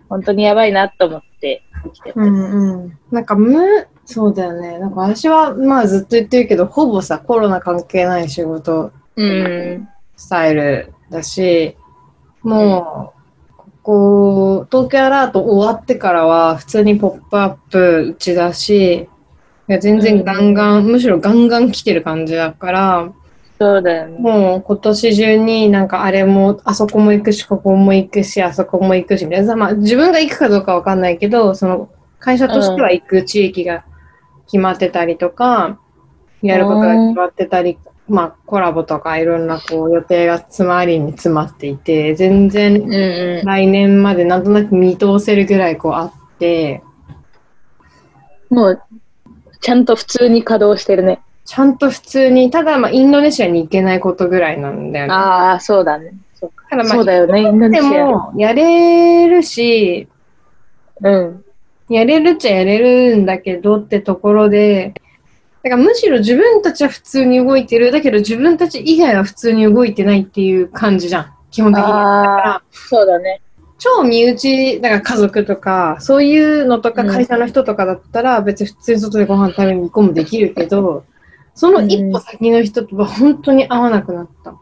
Speaker 1: 本当にやばいなと思って来て
Speaker 2: う
Speaker 1: ます。
Speaker 2: んうん。なんかむ、そうだよね。なんか私は、まあずっと言ってるけど、ほぼさ、コロナ関係ない仕事
Speaker 1: うん。
Speaker 2: スタイルだし、もう、ここ、東京アラート終わってからは、普通にポップアップ打ち出し、いや全然ガンガン、むしろガンガン来てる感じだから、
Speaker 1: そうだよね。
Speaker 2: もう今年中になんかあれも、あそこも行くし、ここも行くし、あそこも行くし、みたいな。まあ自分が行くかどうかわかんないけど、その会社としては行く地域が決まってたりとか、やることが決まってたり、まあコラボとかいろんなこう予定が詰まりに詰まっていて、全然
Speaker 1: うんう
Speaker 2: 来年までなんとなく見通せるぐらいこうあって、
Speaker 1: ん。もう、ちゃんと普通に稼働してるね。
Speaker 2: ちゃんと普通に、ただまあインドネシアに行けないことぐらいなんだよね。
Speaker 1: ああ、そうだね。そうか
Speaker 2: ただまあ
Speaker 1: そうだよね、インドネ
Speaker 2: で
Speaker 1: シア。
Speaker 2: もやれるし、
Speaker 1: うん。
Speaker 2: やれるっちゃやれるんだけどってところで、だからむしろ自分たちは普通に動いてる、だけど自分たち以外は普通に動いてないっていう感じじゃん、基本的に。だから
Speaker 1: ああ、そうだね。
Speaker 2: 超身内、だから家族とか、そういうのとか
Speaker 1: うん
Speaker 2: 会社の人とかだったら、別に普通に外でご飯食べに行こうもできるけど、その一歩先の人とは本当に会わなくなった。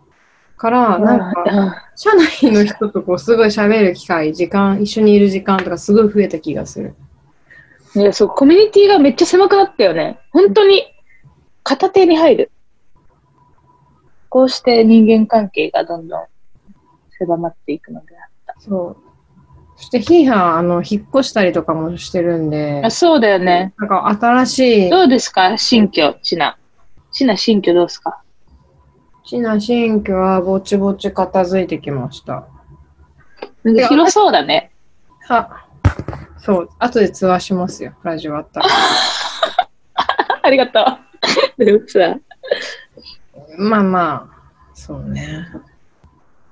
Speaker 2: から、なんか、
Speaker 1: か、
Speaker 2: 社内の人とこうすごい喋る機会、時間、一緒にいる時間とかすごい増えた気がする。
Speaker 1: いや、そう、コミュニティがめっちゃ狭くなったよね。本当に、片手に入る。こうして人間関係がどんどん狭まっていくのであった。
Speaker 2: そう。そしてヒーハー、あの、引っ越したりとかもしてるんで、
Speaker 1: あそうだよね。
Speaker 2: なんか新しい、
Speaker 1: どうですか新居、シナ。シナ、新居どうですか
Speaker 2: ちな新居はぼちぼち片付いてきました。
Speaker 1: なんか広そうだね。
Speaker 2: あ、そう、後で通話しますよ、ラジオあったら。
Speaker 1: ありがとう。 ループだ
Speaker 2: まあまあ、そうね。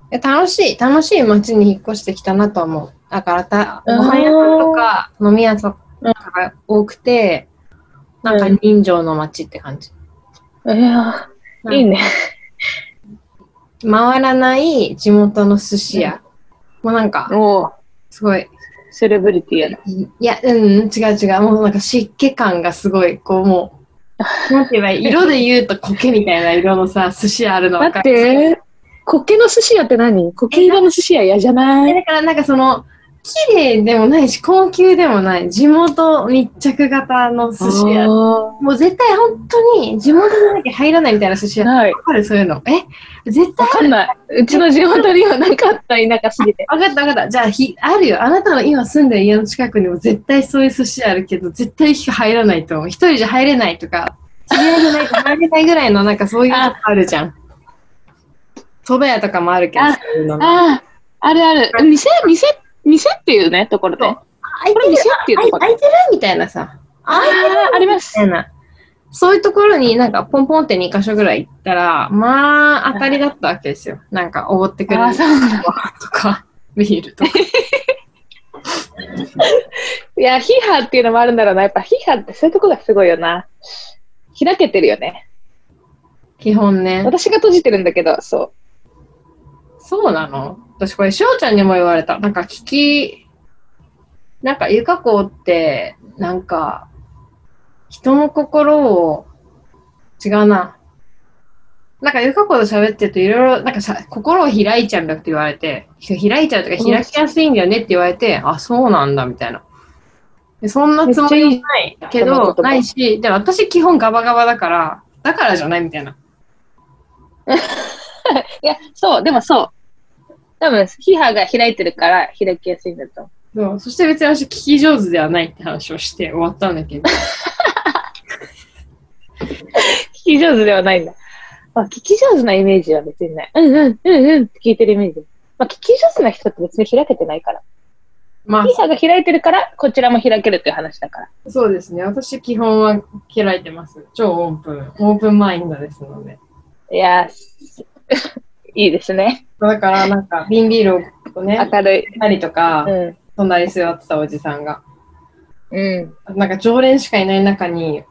Speaker 2: いや楽しい、楽しい街に引っ越してきたなと思う。だからた、ご
Speaker 1: うん
Speaker 2: 飯屋さんとか飲み屋さんとかが多くて、なんか人情の街って感じ。
Speaker 1: いやー、いいね。
Speaker 2: 回らない地元の寿司屋。もうなんか、
Speaker 1: おう
Speaker 2: すごい。
Speaker 1: セレブリティやな。
Speaker 2: いや、うん、違う違う。もうなんか湿気感がすごい、こうも う、なんて言えばいい色で言うと苔みたいな色のさ、寿司あるの分
Speaker 1: 待
Speaker 2: か
Speaker 1: っ
Speaker 2: る。
Speaker 1: て、苔の寿司屋って何苔色の寿司屋嫌じゃな
Speaker 2: え
Speaker 1: い
Speaker 2: だからなんかその、綺麗でもないし、高級でもない、地元密着型の寿司屋。
Speaker 1: あ
Speaker 2: もう絶対本当に地元じゃなきゃ入らないみたいな寿司
Speaker 1: ー
Speaker 2: 屋。わ
Speaker 1: ない。
Speaker 2: かるそういうの。え絶対
Speaker 1: わかんない。うちの地元にはなかった、田舎すぎて。
Speaker 2: わかったわかった。じゃあ、ひあるよ。あなたの今住んでる家の近くにも絶対そういう寿司あるけど、絶対入らないと思う。一人じゃ入れないとか、知り合いじゃないと入れないぐらいの、なんかそういうのあるじゃん。蕎麦屋とかもあるけど、
Speaker 1: あ
Speaker 2: そういうのも。
Speaker 1: ああ、あるある。店、店、店っていうね、ところで。こ
Speaker 2: あ開い
Speaker 1: れ
Speaker 2: てる
Speaker 1: 店っていうところ
Speaker 2: あ
Speaker 1: で。
Speaker 2: い開いてるみたいなさ。
Speaker 1: あ
Speaker 2: あ
Speaker 1: あ、あります。
Speaker 2: みたいな。そういうところになんかポンポンって2箇所ぐらい行ったら、まあ当たりだったわけですよ。なんかおごってくれる
Speaker 1: あそうなん
Speaker 2: ご飯とか、ビールとか。
Speaker 1: いや、ヒハっていうのもあるんだろうな。やっぱヒハってそういうとこがすごいよな。開けてるよね。
Speaker 2: 基本ね。
Speaker 1: 私が閉じてるんだけど、そう。
Speaker 2: そうなの私これ、しおちゃんにも言われた。なんか聞き、なんかゆか子って、なんか、人の心を、違うな。なんかゆか子と喋ってるといろいろ、なんかさ、心を開いちゃうんだって言われて、開いちゃうとか開きやすいんだよねって言われて、あ、そうなんだみたいな。でそんなつもりもないけ
Speaker 1: めっちゃいい
Speaker 2: ど
Speaker 1: 言、葉
Speaker 2: ないし、でも私基本ガバガバだから、だからじゃないみたいな。
Speaker 1: いや、そう、でもそう。多分、ヒハが開いてるから開きやすいんだと思う。
Speaker 2: そうそして別に私聞き上手ではないって話をして終わったんだけど。
Speaker 1: 聞き上手ではないんだ。まあ、聞き上手なイメージは別にない。うんうん、うんうんって聞いてるイメージ。まあ、聞き上手な人って別に開けてないから。
Speaker 2: ま
Speaker 1: ヒハが開いてるから、こちらも開けるっていう話だから。
Speaker 2: あ、そうですね。私基本は開いてます。超オープン。オープンマインドですので。
Speaker 1: いやー、す いいですね。
Speaker 2: だからなんか、瓶ビールをね、
Speaker 1: 明るい。
Speaker 2: たりとか、
Speaker 1: うん。
Speaker 2: 隣に座ってたおじさんが、
Speaker 1: うん。
Speaker 2: なんか常連しかいない中に、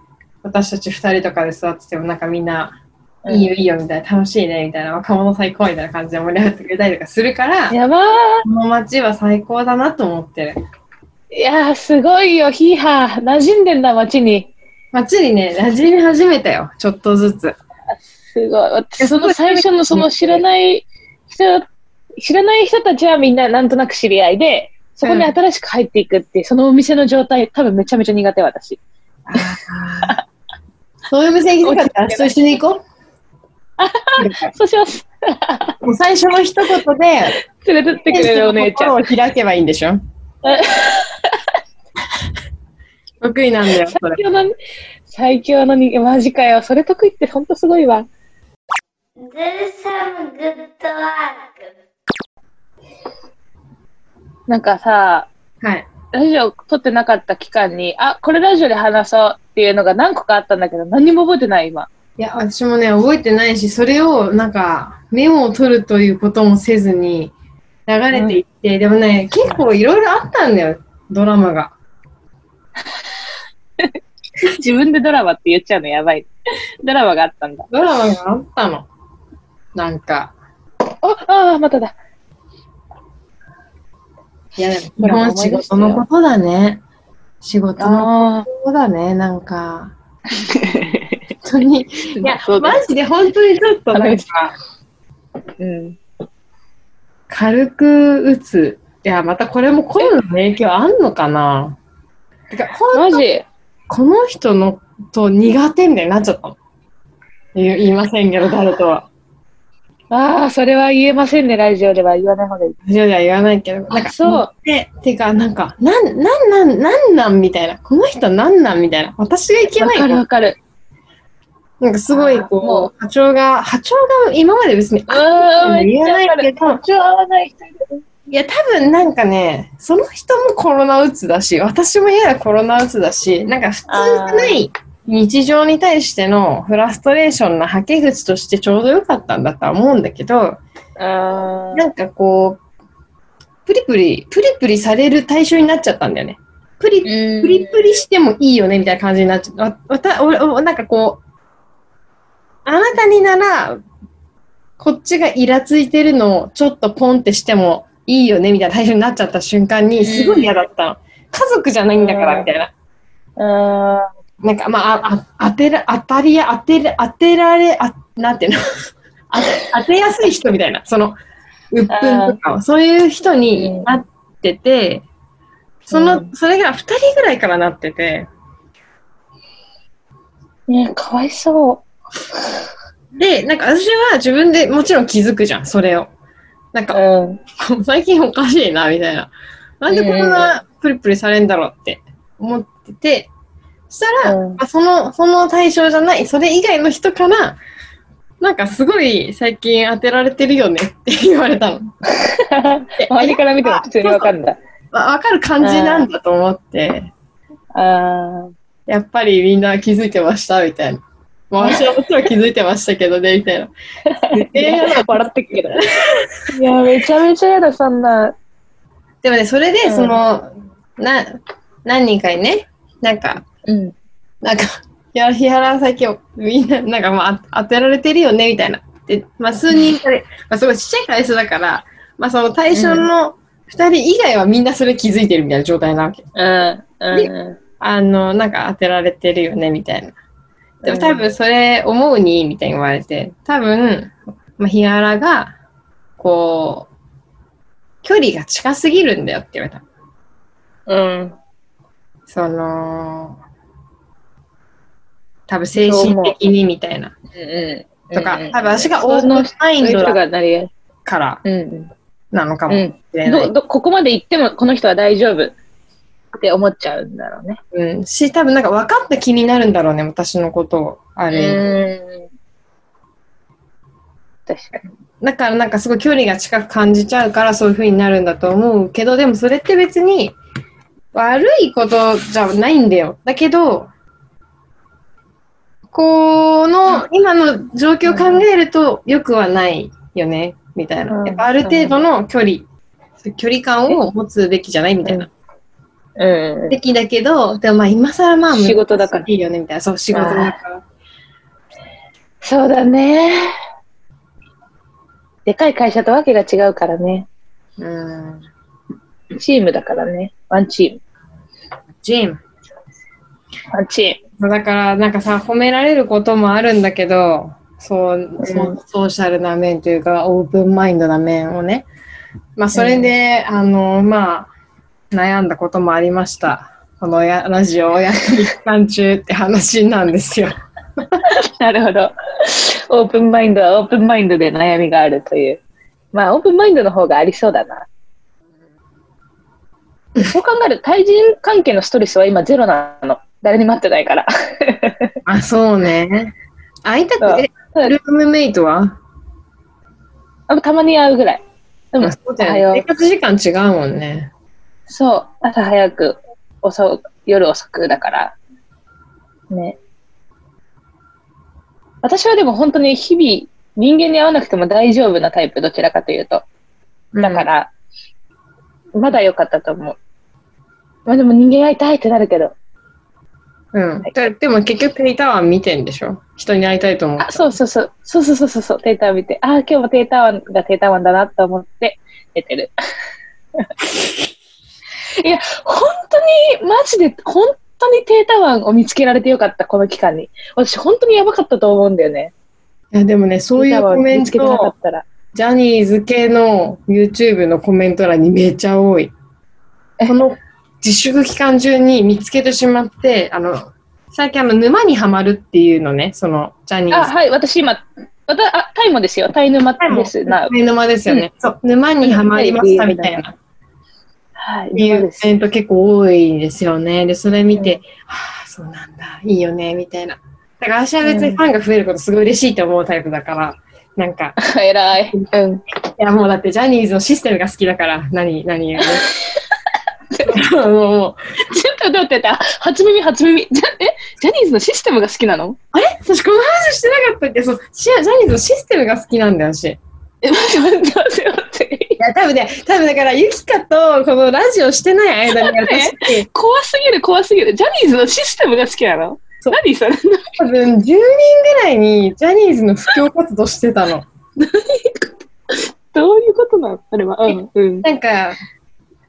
Speaker 2: 私たち二人とかで座ってても、なんかみんな、
Speaker 1: うん
Speaker 2: いいよいいよみたいな、楽しいねみたいな、若者最高みたいな感じで盛り上がってくれたりとかするから、
Speaker 1: やばー。
Speaker 2: この街は最高だなと思ってる。
Speaker 1: いやー、すごいよ、ヒーハー。馴染んでんだ、街に。
Speaker 2: 街にね、馴染み始めたよ。ちょっとずつ。
Speaker 1: すごい。私
Speaker 2: や
Speaker 1: その最初のその知らない人、知らない人たちはみんななんとなく知り合いで、そこに新しく入っていくっていう、そのお店の状態、多分めちゃめちゃ苦手、私。
Speaker 2: そういう店行きたかったら、私と一緒に行こう。
Speaker 1: そうします。
Speaker 2: もう最初の一言で、
Speaker 1: 連れてってくれるお姉ちゃん。
Speaker 2: 心を開けばいいんでしょ得意なんだよ、そ
Speaker 1: 最
Speaker 2: れ。
Speaker 1: 強の、最強のに、マジかよ。それ得意ってほんとすごいわ。
Speaker 3: Do some good work.
Speaker 1: なんかさ、
Speaker 2: はい。
Speaker 1: ラジオ撮ってなかった期間に、あ、これラジオで話そうっていうのが何個かあったんだけど、何も覚えてない、今。
Speaker 2: いや、私もね、覚えてないし、それを、なんか、メモを取るということもせずに、流れていって、でもね、結構いろいろあったんだよ、ドラマが。
Speaker 1: 自分でドラマって言っちゃうのやばい。ドラマがあったんだ。
Speaker 2: ドラマがあったの。なんか。
Speaker 1: あ、ああ、まただ。
Speaker 2: いや、でも、
Speaker 1: ド
Speaker 2: 基
Speaker 1: ラマ
Speaker 2: 本
Speaker 1: 思い
Speaker 2: 仕
Speaker 1: 出した
Speaker 2: 事
Speaker 1: よ
Speaker 2: のことだね。仕事の
Speaker 1: ああ。
Speaker 2: そうだね、なんか。 本当に。い
Speaker 1: い
Speaker 2: や、
Speaker 1: そうだ。
Speaker 2: マジで本当にちょっとなんか、
Speaker 1: うん。
Speaker 2: 軽く打つ。いや、またこれもコロナの影響あんのかなてか、ほん
Speaker 1: マジ
Speaker 2: この人のと苦手みたいになっちゃったの。言う言いませんけど、誰とは。
Speaker 1: ああ、それは言えませんね、ラジオでは言わない方がいい。
Speaker 2: じゃじゃ言わないけど、なんか、
Speaker 1: あそう。
Speaker 2: で、てか、なんか、なん、なんなん、なんなんみたいな。この人なんなんみたいな。私がいけ
Speaker 1: わ
Speaker 2: ない
Speaker 1: か
Speaker 2: の
Speaker 1: るわかる。
Speaker 2: なんかすごい、
Speaker 1: あーも
Speaker 2: こう、波長が、波長が今まで別に
Speaker 1: うーん、め
Speaker 2: 言
Speaker 1: っ
Speaker 2: わ
Speaker 1: ちゃわか
Speaker 2: ないけ
Speaker 1: る。
Speaker 2: ど、
Speaker 1: 口を合わない人いる。
Speaker 2: いや、多分なんかね、その人もコロナうつだし、私もややコロナうつだし、なんか普通じゃない日常に対してのフラストレーションの吐き口としてちょうどよかったんだとは思うんだけど、
Speaker 1: あ
Speaker 2: なんかこう、プリプリ、プリプリされる対象になっちゃったんだよね。プリプリプリしてもいいよねみたいな感じになっちゃう。わわた俺おなんかこう、あなたになら、こっちがイラついてるのをちょっとポンってしてもいいよねみたいな対象になっちゃった瞬間
Speaker 1: うん
Speaker 2: に、すごい嫌だったの。家族じゃないんだか
Speaker 1: うん
Speaker 2: らみたいな。
Speaker 1: あ
Speaker 2: なんかまあ、ああ当てら、当たりや、当てら、当てられ、あなんていうのあ当てやすい人みたいな、その、鬱憤とかを、そういう人になってて、その、それが2人ぐらいからなってて、
Speaker 1: ねかわいそ
Speaker 2: で、なんか私は自分でもちろん気づくじゃん、それを。なん
Speaker 1: う。
Speaker 2: か、
Speaker 1: うん。
Speaker 2: 最近おかしいな、みたいな。なんでこんなプリプリされんだろうって思ってて、そしたら、
Speaker 1: うん
Speaker 2: まあその、その対象じゃない、それ以外の人から、なんかすごい最近当てられてるよねって言われた の。で
Speaker 1: 周りから見ても普通にわかるんだ。
Speaker 2: わわかる感じなんだと思って、
Speaker 1: あ
Speaker 2: やっぱりみんな気づいてました、みたいな。まあ私はもちろん気づいてましたけどね、み たいな。
Speaker 1: ー
Speaker 2: えー
Speaker 1: 笑ってっけど。いや、めちゃめちゃやだ、そんな。
Speaker 2: でもね、それ
Speaker 1: う
Speaker 2: で、
Speaker 1: ん
Speaker 2: その、な、何人かにね、なんか、
Speaker 1: うん。
Speaker 2: なんか、 いや、日原は最近、みんな、なんかまあ、当てられてるよね、みたいな。で、まあ、数人かで、まあ、すごいちっちゃい会社だから、まあ、その対象の二人以外はみんなそれ気づいてるみたいな状態なわけ。
Speaker 1: うん。うん。
Speaker 2: あの、なんか当てられてるよね、みたいな。でも多分それ思うに、みたいに言われて、多分、まあ、日原が、こう、距離が近すぎるんだよって言われた。
Speaker 1: うん。
Speaker 2: その、多分精神的にみたいな。
Speaker 1: うん。
Speaker 2: とか、
Speaker 1: うん
Speaker 2: 多分私がオープンマイ
Speaker 1: そうい
Speaker 2: ン
Speaker 1: う
Speaker 2: ド
Speaker 1: 人
Speaker 2: だ
Speaker 1: がなりやすい
Speaker 2: から
Speaker 1: うん。
Speaker 2: なのかも
Speaker 1: う
Speaker 2: し
Speaker 1: ん。
Speaker 2: れない。
Speaker 1: ど、ど、ここまで行ってもこの人は大丈夫って思っちゃうんだろうね。
Speaker 2: うん。し、多分なんか分かった気になるんだろうね、私のことを。あれ。
Speaker 1: うん。確かに。
Speaker 2: だからなんかすごい距離が近く感じちゃうからそういう風になるんだと思うけど、でもそれって別に悪いことじゃないんだよ。だけど、この今の状況を考えると良くはないよね、みたいな
Speaker 1: う。ん
Speaker 2: やっぱある程度の距離、距離感を持つべきじゃないみたいな。
Speaker 1: うん。
Speaker 2: べきだけど、でもまあ今更まあ
Speaker 1: 仕事だから
Speaker 2: 難しいよねみたいな。そう、仕事だから。
Speaker 1: そうだね。でかい会社とわけが違うからね。
Speaker 2: うん。
Speaker 1: チームだからね。ワンチ
Speaker 2: ジ
Speaker 1: ー
Speaker 2: ム。
Speaker 1: ム。ワンチ
Speaker 2: だからなんかさ、褒められることもあるんだけど、そう、そううソーシャルな面というか、オープンマインドな面をね。まあそれで、あの、まあ、悩んだこともありました。このやラジオをやってる期間中って話なんですよ。
Speaker 1: ーム。 なるほど。オープンマインドはオープンマインドで悩みがあるという。まあ、オープンマインドの方がありそうだな。そう考えると、対人関係のストレスは今ゼロなの。誰にも会ってないから。
Speaker 2: あ、そうね。相手
Speaker 1: そう
Speaker 2: って、えルームメイトは
Speaker 1: あのたまに会うぐらい。でも
Speaker 2: あ、そうだ
Speaker 1: お
Speaker 2: よ
Speaker 1: は
Speaker 2: ね
Speaker 1: よ。
Speaker 2: 生活時間違うもんね。
Speaker 1: そう。朝早く、遅く、夜遅くだから。ね。私はでも本当に日々、人間に会わなくても大丈夫なタイプ、どちらかというと。だか、ら、まだ良かったと思う。まあでも人間会いたいってなるけど。
Speaker 2: うん。
Speaker 1: はい
Speaker 2: だでも結局ペイタワー見てんでしょ人に会いたいと思って
Speaker 1: あ、。そうそうそう。そうそうそうそうそう。テーター見て。ああ、今日もテーターワンがテーターワンだなと思って寝て る。いや、本当に、マジで、本当にテーターワンを見つけられてよかった、この期間に。私、本当にやばかったと思うんだよね。
Speaker 2: いやでもね、そうい
Speaker 1: テー
Speaker 2: う
Speaker 1: ターワ
Speaker 2: コ
Speaker 1: ン
Speaker 2: メン
Speaker 1: 見つけてなかっ
Speaker 2: ト、
Speaker 1: たら。
Speaker 2: ジャニーズ系の YouTube のコメント欄にめちゃ多い。この自粛期間中に見つけてしまって、あの、最近あの、沼にはまるっていうのね、その、ジャニ
Speaker 1: あ、
Speaker 2: ーズ。
Speaker 1: はい、私今、また、あ、タイもですよ。タイ沼です。な、
Speaker 2: 沼沼ですよね、そう。沼にはまりましたみたいな。
Speaker 1: はい、
Speaker 2: い
Speaker 1: 沼
Speaker 2: う
Speaker 1: で
Speaker 2: コ
Speaker 1: す。
Speaker 2: メント結構多いんですよね。で、それ見て、はあ、そうなんだ、いいよね、みたいな。だから私は別にファンが増えることすごい嬉しいと思うタイプだから、なんか、
Speaker 1: 偉い。うん。
Speaker 2: いやもうだってジャニーズのシステムが好きだから、何、何よりもうも
Speaker 1: ちょっと待ってた。初耳、初耳。じゃ、え、ジャニーズのシステムが好きなの
Speaker 2: う、私この話してなかったっけそう、シアジャニーズのシステムが好きなんだよ、私。い
Speaker 1: え、待って待って待って待って。
Speaker 2: や、多分ね、多分だから、ゆきかと、このラジオしてない間に、私、
Speaker 1: 怖すぎる怖すぎるジャニーズのシステムが好きなの
Speaker 2: そう
Speaker 1: 何それ
Speaker 2: 多分10人ぐらいにジャニーズの布教活動してたの。
Speaker 1: どういうことなのそれはうんうん
Speaker 2: なんか、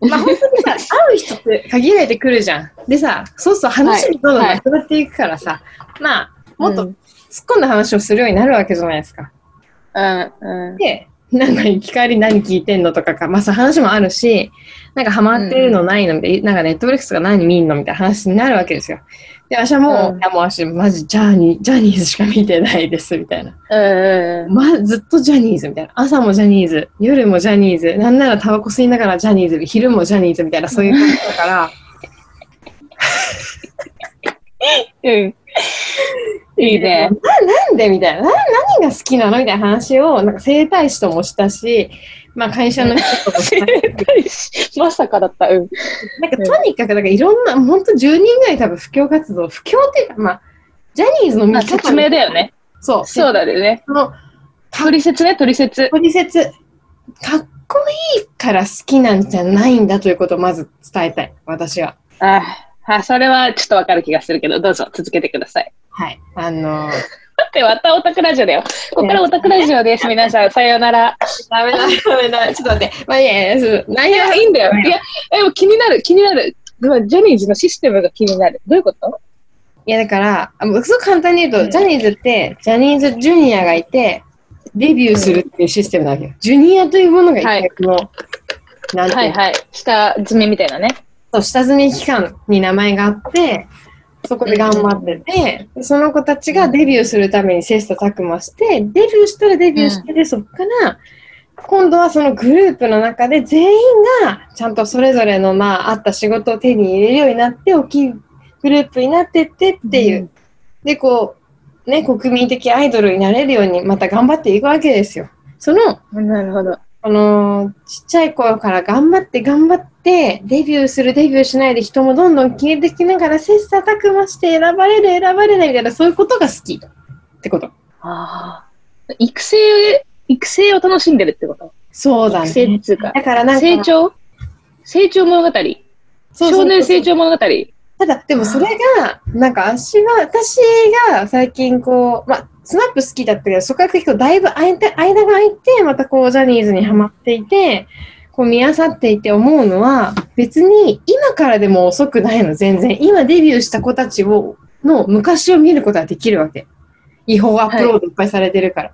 Speaker 2: まあ、本当にさ、 会う人って限られてくるじゃん。でさ、そうすると話にどんどんなくなっていくからさ、まあ、もっと
Speaker 1: う
Speaker 2: 突っ込んだ話をするようになるわけじゃないですか。
Speaker 1: うん、うん。
Speaker 2: で、なんか行き帰り何聞いてんのとかか、まあさ、話もあるし、なんかハマってるのないのみたいな、なんかネットフリックスが何見んのみたいな話になるわけですよ。で、私はもう、
Speaker 1: うん
Speaker 2: いやもう私、マジジャーニー、ジャニーズしか見てないです、みたいな。
Speaker 1: うん、うん。
Speaker 2: ま、ずっとジャニーズみたいな。朝もジャニーズ、夜もジャニーズ、なんならタバコ吸いながらジャニーズ、昼もジャニーズみたいな、そういう感じだから、
Speaker 1: うん。 いいね。
Speaker 2: なんでみたいなな。何が好きなのみたいな話を、なんか整体師ともしたし、まあ会社の人ともしたし、
Speaker 1: まさかだった。うん。
Speaker 2: なんかとにかく、なんかいろんな、本当10人ぐらい多分布教活動、布教っていうか、まあ、ジャニーズの見
Speaker 1: まあ、
Speaker 2: 方
Speaker 1: 説明だよね。
Speaker 2: そう。
Speaker 1: そうだよね。
Speaker 2: その、
Speaker 1: 取説ね、取説。
Speaker 2: 取説、かっこいいから好きなんじゃないんだということをまず伝えたい、私は。
Speaker 1: あーあ、それはちょっとわかる気がするけど、どうぞ続けてください。
Speaker 2: はい。あ
Speaker 1: だ
Speaker 2: のー、
Speaker 1: って、またオタクラジオだよ。ここからオタクラジオです。皆さん、さようなら。
Speaker 2: ダメだ、ダメだ。ちょっと待って。まあ、いやいや、そう
Speaker 1: い
Speaker 2: 内容
Speaker 1: や、
Speaker 2: はいい
Speaker 1: いんだよ。いや、でも気になる、気になる。でもジャニーズのシステムが気になる。どういうこと
Speaker 2: や、だから、あもうすごく簡単に言うと、
Speaker 1: うん
Speaker 2: ジャニーズって、ジャニーズジュニアがいて、デビューするっていうシステムなわけよ。ジュニアというものが一
Speaker 1: はい
Speaker 2: 体この、なんていうの
Speaker 1: はいはい。下積みみたいなね。
Speaker 2: そう下積み期間に名前があって、そこで頑張ってて、その子たちがデビューするために切磋琢磨して、デビューしたらデビューして、そこから、今度はそのグループの中で全員が、ちゃんとそれぞれの、まあ、あった仕事を手に入れるようになって、大きいグループになってってっていう。
Speaker 1: うん
Speaker 2: で、こう、ね、国民的アイドルになれるように、また頑張っていくわけですよ。その、
Speaker 1: なるほど。
Speaker 2: あのちっちゃい頃から頑張って頑張ってデビューするデビューしないで人もどんどん消えてきながら切磋琢磨して選ばれる選ばれないみたいなそういうことが好きってこと
Speaker 1: ああ。育成、育成を楽しんでるってこと
Speaker 2: そうだ
Speaker 1: 育成っ
Speaker 2: ね
Speaker 1: ていうか。
Speaker 2: だからなんか
Speaker 1: 成長成長物語
Speaker 2: そうそう
Speaker 1: 少年成長物語
Speaker 2: ただでもそれがなんか私は私が最近こうまあスナップ好きだったけどそこから結構だいぶ空いて間が空いてまたこうジャニーズにハマっていてこう見あさっていて思うのは別に今からでも遅くないの全然今デビューした子たちをの昔を見ることができるわけ違法アップロードいっぱいされてるから、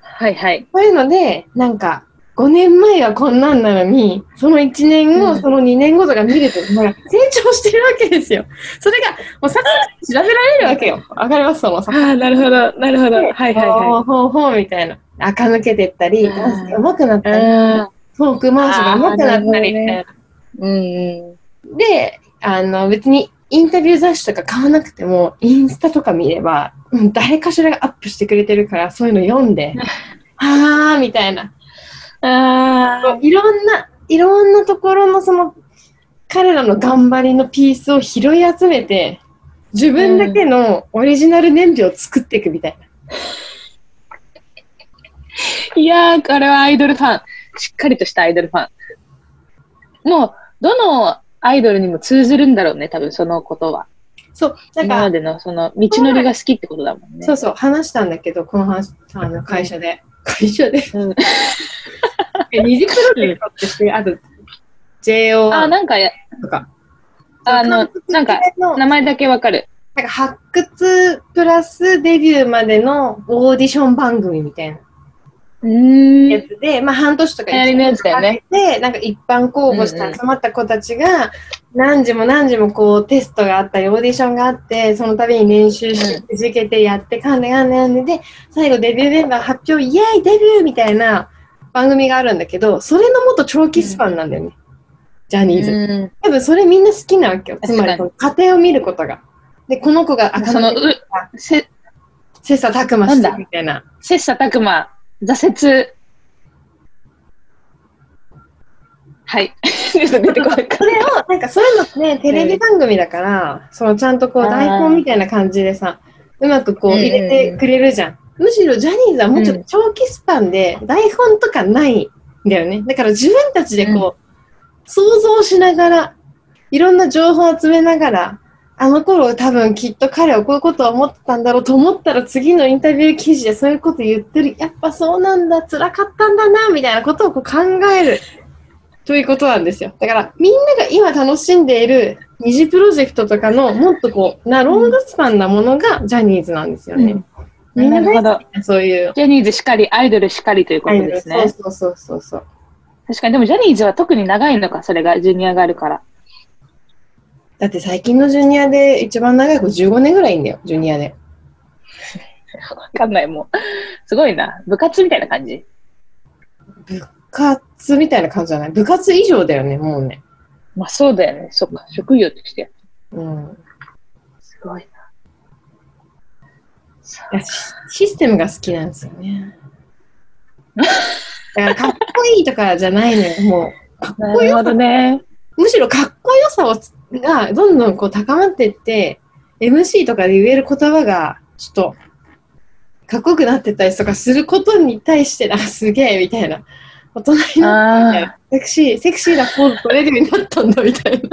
Speaker 1: はいはい。
Speaker 2: そういうので、なんか、5年前はこんなんなのに、その1年後、
Speaker 1: うん
Speaker 2: その2年後とか見ると、ほら、成長してるわけですよ。それが、もうさっさと調べられるわけよ。わかりますそのさ
Speaker 1: ああ、なるほど、なるほど。はいはい
Speaker 2: ほ
Speaker 1: は
Speaker 2: うほうほうみたいな。垢抜けてったり、
Speaker 1: うん
Speaker 2: ダンスが上手くなっ
Speaker 1: い。
Speaker 2: たり、
Speaker 1: ああ。
Speaker 2: トーク回しが上手くなったりみたい
Speaker 1: あーな
Speaker 2: な
Speaker 1: る。うん。
Speaker 2: で、あの、別にインタビュー雑誌とか買わなくても、インスタとか見れば、うん、誰かしらがアップしてくれてるから、そういうの読ん で、あーみたいな。
Speaker 1: あ
Speaker 2: いろんな、いろんなところのその、彼らの頑張りのピースを拾い集めて、自分だけのオリジナル年表を作っていくみたいな。
Speaker 1: あ。いやー、これはアイドルファン。しっかりとしたアイドルファン。もう、どのアイドルにも通ずるんだろうね、多分そのことは。
Speaker 2: そう、なん
Speaker 1: 今ま
Speaker 2: か、
Speaker 1: でのその道のりが好きってことだもんね。
Speaker 2: そうそう、話したんだけど、この話、あの会社で。会社で。
Speaker 1: うん
Speaker 2: 二次プロジェクトってして、あと、JO
Speaker 1: ああ、なんかや、
Speaker 2: とか。
Speaker 1: あの、なんか、
Speaker 2: の
Speaker 1: 名前だけわかる。
Speaker 2: なんか発掘プラスデビューまでのオーディション番組みたいな。
Speaker 1: うー
Speaker 2: や
Speaker 1: ん。
Speaker 2: つで、まあ半年とか
Speaker 1: 流行りのやつだよね
Speaker 2: で、なんか一般公募して集まった子たちが、何時も何時もこうテストがあったり、オーディションがあって、その度に練習して、くじけてやって、かんでかんでかんでで、最後デビューメンバー発表、イエーイデビューみたいな番組があるんだけど、それのもっと長期スパンなんだよね。ジャニーズ。
Speaker 1: うん
Speaker 2: 多分それみんな好きなわけよ。つ
Speaker 1: 確か
Speaker 2: ま
Speaker 1: に
Speaker 2: り、過程を見ることが。で、この子が、あ、
Speaker 1: その、う、せ、
Speaker 2: 切磋琢磨して
Speaker 1: なんだ
Speaker 2: みたいな。
Speaker 1: 切磋琢磨、挫折。はい。ちょっと出てこな かっ
Speaker 2: それを、なんかそういうのってね、テレビ番組だから、そのちゃんとこう
Speaker 1: あー
Speaker 2: 台本みたいな感じでさ、うまくこう
Speaker 1: うんうんう
Speaker 2: 入
Speaker 1: ん
Speaker 2: れてくれるじゃん。むしろジャニーズはもうちょっと長期スパンで台本とかないんだよね。だから自分たちでこう、想像しながら、いろんな情報を集めながら、あの頃多分きっと彼はこういうことを思ってたんだろうと思ったら次のインタビュー記事でそういうこと言ってる。やっぱそうなんだ、辛かったんだな、みたいなことをこう考える。ということなんですよ。だから、みんなが今楽しんでいる二次プロジェクトとかの、もっとこう、な、ロングスパンなものがジャニーズなんですよ
Speaker 1: た。
Speaker 2: ね。みんな
Speaker 1: なるほ
Speaker 2: 大
Speaker 1: ど
Speaker 2: 好きなそういう。
Speaker 1: ジャニーズしかり、アイドルしかりということですね。
Speaker 2: そうそうそうそうそう。
Speaker 1: 確かに、でもジャニーズは特に長いのか、それが、ジュニアがあるから。
Speaker 2: だって最近のジュニアで一番長い子15年ぐらいいんだよ、ジュニアで。
Speaker 1: わかんない、もう。すごいな。部活みたいな感じ。
Speaker 2: 部活みたいな感じじゃない部活以上だよね、もうね。
Speaker 1: まあそうだよね。そっか。職業として。
Speaker 2: うん。
Speaker 1: すごいな。そう
Speaker 2: いやシシステムが好きなんですよね。だからかっこいいとかじゃないのよ、もう。かっ
Speaker 1: な
Speaker 2: こ
Speaker 1: る
Speaker 2: よ
Speaker 1: ほどね。
Speaker 2: むしろかっこよさをつがどんどんこう高まっていって MC とかで言える言葉がちょっとかっこよくなってたりとかすることに対してあすげえみたいな大人になっ
Speaker 1: ああ。
Speaker 2: てセクシーセクシーなポーズ取れるようになったんだみたいな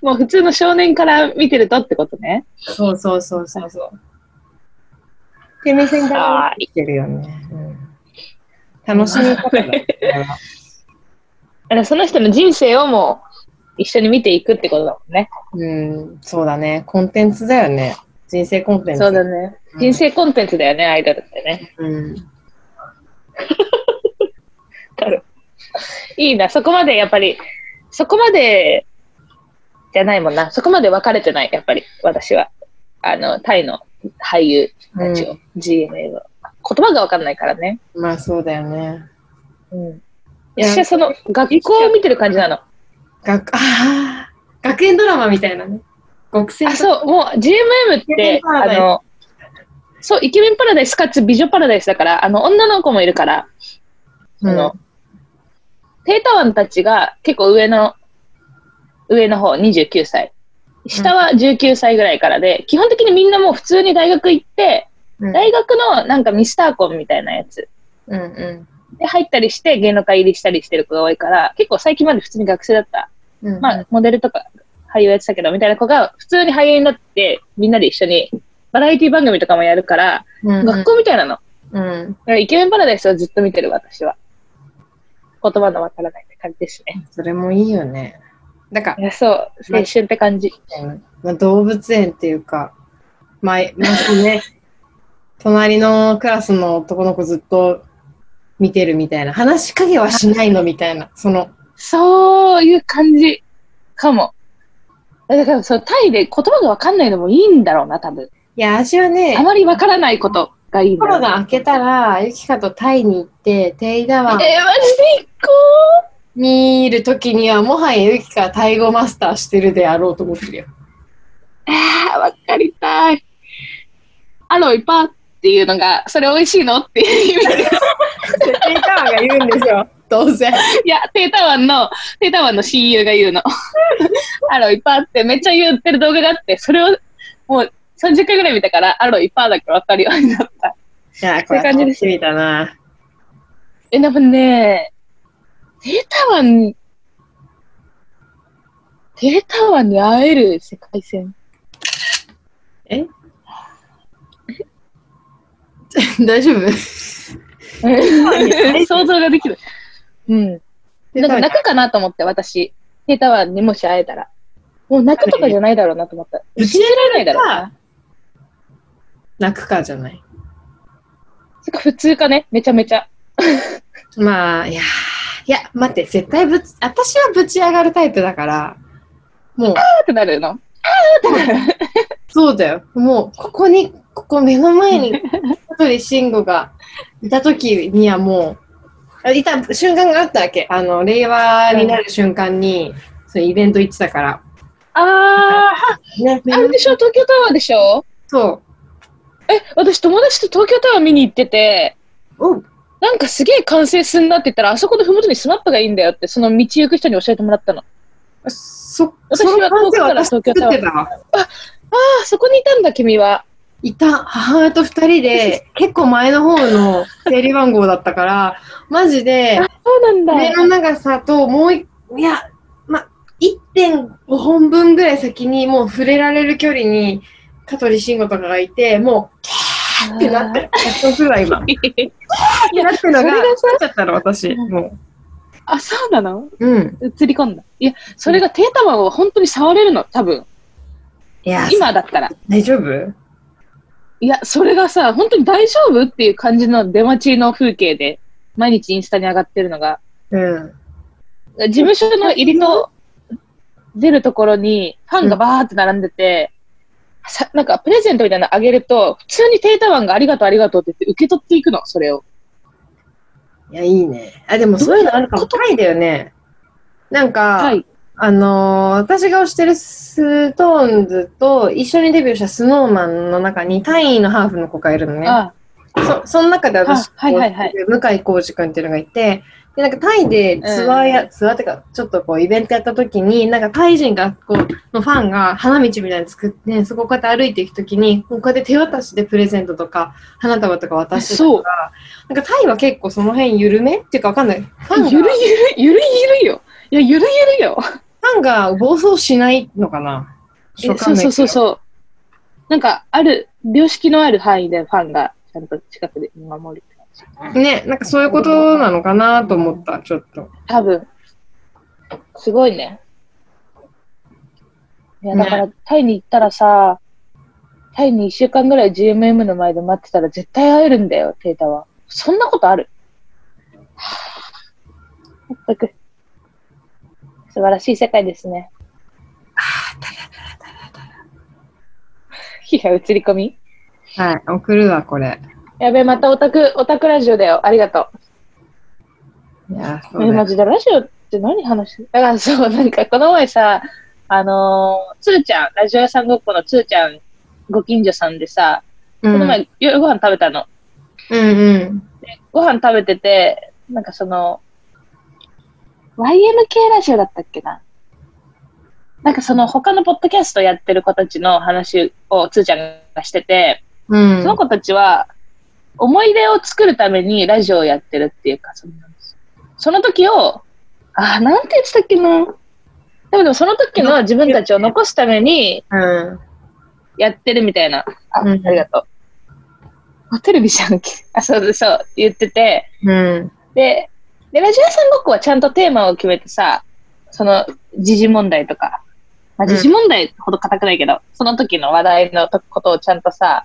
Speaker 1: もう普通の少年から見てるとってことね。
Speaker 2: そうそうそうそうそうって目線から生きてるよね、うん、楽 しみ方 だね
Speaker 1: だからその人の人生をもう一緒に見ていくってことだもんね。
Speaker 2: うんそうだねコンテンツだよね人生コンテンツ
Speaker 1: そうだね。
Speaker 2: うん
Speaker 1: 人生コンテンツだよね、アイドルってね。
Speaker 2: うん
Speaker 1: いいな。そこまでやっぱり、そこまでじゃないもんな。そこまで分かれてない、やっぱり、私は。あの、タイの俳優たちを、
Speaker 2: う
Speaker 1: GMA を。言葉が分かんないからね。
Speaker 2: まあそうだよね。
Speaker 1: うん。
Speaker 2: いや
Speaker 1: 私はその、学校を見てる感じなの。
Speaker 2: 学、 ああ、学園ドラマみたいなね。極戦
Speaker 1: あ、そう、もう GMM っ
Speaker 2: イケメン
Speaker 1: て、
Speaker 2: パラ
Speaker 1: あ
Speaker 2: ダイス
Speaker 1: の、そう、イケメンパラダイスかつ美女パラダイスだから、あの、女の子もいるから、
Speaker 2: うん
Speaker 1: あの、ペータワンたちが結構上の、上の方、29歳。下は19歳ぐらいからで、基本的にみんなもう普通に大学行って、
Speaker 2: うん、
Speaker 1: 大学のなんかミスターコンみたいなやつ
Speaker 2: うんう
Speaker 1: で入ったりして芸能界入りしたりしてる子が多いから、結構最近まで普通に学生だった
Speaker 2: んうん。
Speaker 1: まあ、モデルとか俳優やってたけど、みたいな子が普通に俳優になって、みんなで一緒にバラエティ番組とかもやるから、
Speaker 2: うんうん、
Speaker 1: 学校みたいなの。だか
Speaker 2: うん。
Speaker 1: らイケメンパラダイスをずっと見てる、私は。言葉のわからないって感じですね。
Speaker 2: それもいいよね。だか
Speaker 1: いや、そう、青春って感じ。
Speaker 2: ら、まあ、動物園っていうか、まあ、まあ、ね、 隣のクラスの男の子ずっと見てるみたいな。話しかけはしないのみたいな。その、
Speaker 1: そういう感じかも。だから、そう、タイで言葉がわかんないのもいいんだろうな、多分。
Speaker 2: いや、私はね
Speaker 1: あ、まりわからないことがいいん
Speaker 2: コ
Speaker 1: だろ
Speaker 2: ロ
Speaker 1: うな。
Speaker 2: ナ明けたら、ゆきかとタイに行って、テイダワン。
Speaker 1: えー、マジで行こう
Speaker 2: 見るときにはもはやユキがタイ語マスターしてるであろうと思ってるよ。
Speaker 1: ああ、わかりたい。アロイパーっていうのが、それ美味しいのっていう意味で。
Speaker 2: テイタワンが言うんでしょ。どう せ。
Speaker 1: いや、テータワンの、テータワンの親友が言う の。アロイパーってめっちゃ言ってる動画があって、それをもう30回ぐらい見たから、アロイパーだけわかるようになった。
Speaker 2: いや、
Speaker 1: これ楽
Speaker 2: しみだな。
Speaker 1: え、多分ね、テータワン、テータワンに会える世界線。
Speaker 2: え 大丈夫え
Speaker 1: 想像ができる。うん。なんか泣くかなと思って、私。ペーターワンにもし会えたら。もう泣くとかじゃないだろうなと思った。
Speaker 2: ぶち
Speaker 1: 信じられないだろう
Speaker 2: か
Speaker 1: な。、
Speaker 2: 泣くかじゃない。
Speaker 1: そっか普通かね、めちゃめちゃ。
Speaker 2: まあ、いやー、いや、待って、絶対ぶち、私はぶち上がるタイプだから、もう、
Speaker 1: あーってなるの。
Speaker 2: そうだよ。もう、ここに、ここ目の 前に、香取慎吾がいた時にはもう、あいた瞬間があったわけ。あの、令和になる瞬間に、そういうイベント行ってたから。
Speaker 1: あ
Speaker 2: ね、
Speaker 1: ー、あれでしょ、東京タワーでしょ
Speaker 2: そ
Speaker 1: え、私友達と東京タワー見に行ってて、
Speaker 2: う。お
Speaker 1: なんかすげえ完成すんなって言ったら、あそこのふもとにスマップがいいんだよって、その道行く人に教えてもらったの。あ
Speaker 2: そ、
Speaker 1: 私
Speaker 2: そ
Speaker 1: は
Speaker 2: の感じは
Speaker 1: 東
Speaker 2: 私作っ
Speaker 1: 京
Speaker 2: て
Speaker 1: タワー
Speaker 2: たわ。
Speaker 1: ー、そこにいたんだ、君は。
Speaker 2: いた、母親と二 人で、結構前の方の整理番号だったから、マジで、
Speaker 1: そうなんだ。
Speaker 2: 目の長さともうい、いや、ま、1.5本分ぐらい先にもう触れられる距離に香取慎吾とかがいて、もう、キャーってなって、発症するわ、 今。キャーってなってる
Speaker 1: それ
Speaker 2: のが、
Speaker 1: がさ
Speaker 2: 来ちゃったの、私。も
Speaker 1: あ、そうなの
Speaker 2: う。うん。
Speaker 1: 映り込んだ。いや、それがテータワーは本当に触れるの、多分。
Speaker 2: いや、
Speaker 1: 今だったら。
Speaker 2: 大丈夫
Speaker 1: いや、それがさ、本当に大丈夫っていう感じの出待ちの風景で、毎日インスタに上がってるのが、
Speaker 2: うん。
Speaker 1: 事務所の入りの出るところにファンがバーって並んでて、さなんかプレゼントみたいなのあげると、普通にテータマンがありがとうありがとうって言って受け取っていくの、それを。
Speaker 2: いや、いいね。あ、でもそういうのあるかも。タイだよね。なんか、
Speaker 1: はい。
Speaker 2: あのー私が推してるストーンズと一緒にデビューしたスノーマンの中にタイのハーフの子がいるのね。
Speaker 1: あ
Speaker 2: そその中で私、
Speaker 1: あはいはいはい
Speaker 2: こう向井浩二君っていうのがいて、でなんかタイでツアーや、ツアーっていうか、ちょっとこうイベントやった時に、なんかタイ人がこう、のファンが花道みたいなの作って、そこをこうやって歩いていく時に、こうやって手渡しでプレゼントとか、花束とか渡してた
Speaker 1: そう
Speaker 2: から、なんかタイは結構その辺緩めっていうかわかんない。ファンが
Speaker 1: ゆるゆる、ゆるゆるよ。いや、ゆるゆるよ。
Speaker 2: ファンが暴走しないのかな
Speaker 1: えそうそうそう
Speaker 2: う。
Speaker 1: そう。なんか、ある、良識のある範囲でファンがちゃんと近くで見守る。
Speaker 2: ね、なんかそういうことなのかなと思った、ちょっと。
Speaker 1: 多分。すごいね。いや、
Speaker 2: ね
Speaker 1: だから、タイに行ったらさ、タイに一週間ぐらい GMM の前で待ってたら絶対会えるんだよ、テータは。そんなことあるはぁ全く。素晴らしい世界ですね。 いや、映り込み
Speaker 2: はい、送るわ、これ。
Speaker 1: やべえ、またオタク、オタクラジオだよ。ありがとう。
Speaker 2: いや、そ
Speaker 1: え
Speaker 2: うだ
Speaker 1: マ
Speaker 2: よ。
Speaker 1: ジでラジオって何話してだからそう、なんかこの前さ、あのー、つーちゃん、ラジオ屋さんごっこのつーちゃん、ご近所さんでさ、
Speaker 2: こ
Speaker 1: この前、夜ご飯食べたの。
Speaker 2: うんうん。
Speaker 1: ご飯食べてて、なんかその、YMK ラジオだったっけななんかその他のポッドキャストやってる子たちの話をつーちゃんがしてて、
Speaker 2: うん。
Speaker 1: その子たちは、思い出を作るためにラジオをやってるっていうか、そのその時を、あー、なんて言ってたっけな。でもでもその時の自分たちを残すために
Speaker 2: うん。
Speaker 1: やってるみたいな。あ、
Speaker 2: うん
Speaker 1: ありがとう。あテレビじゃんけ。あ、そうそうそう、言ってて。
Speaker 2: うん。
Speaker 1: で、でラジオ屋さんごっこはちゃんとテーマを決めてさ、その、時事問題とか、まあ、時事問題ほど硬くないけど、その時の話題のとことをちゃんとさ、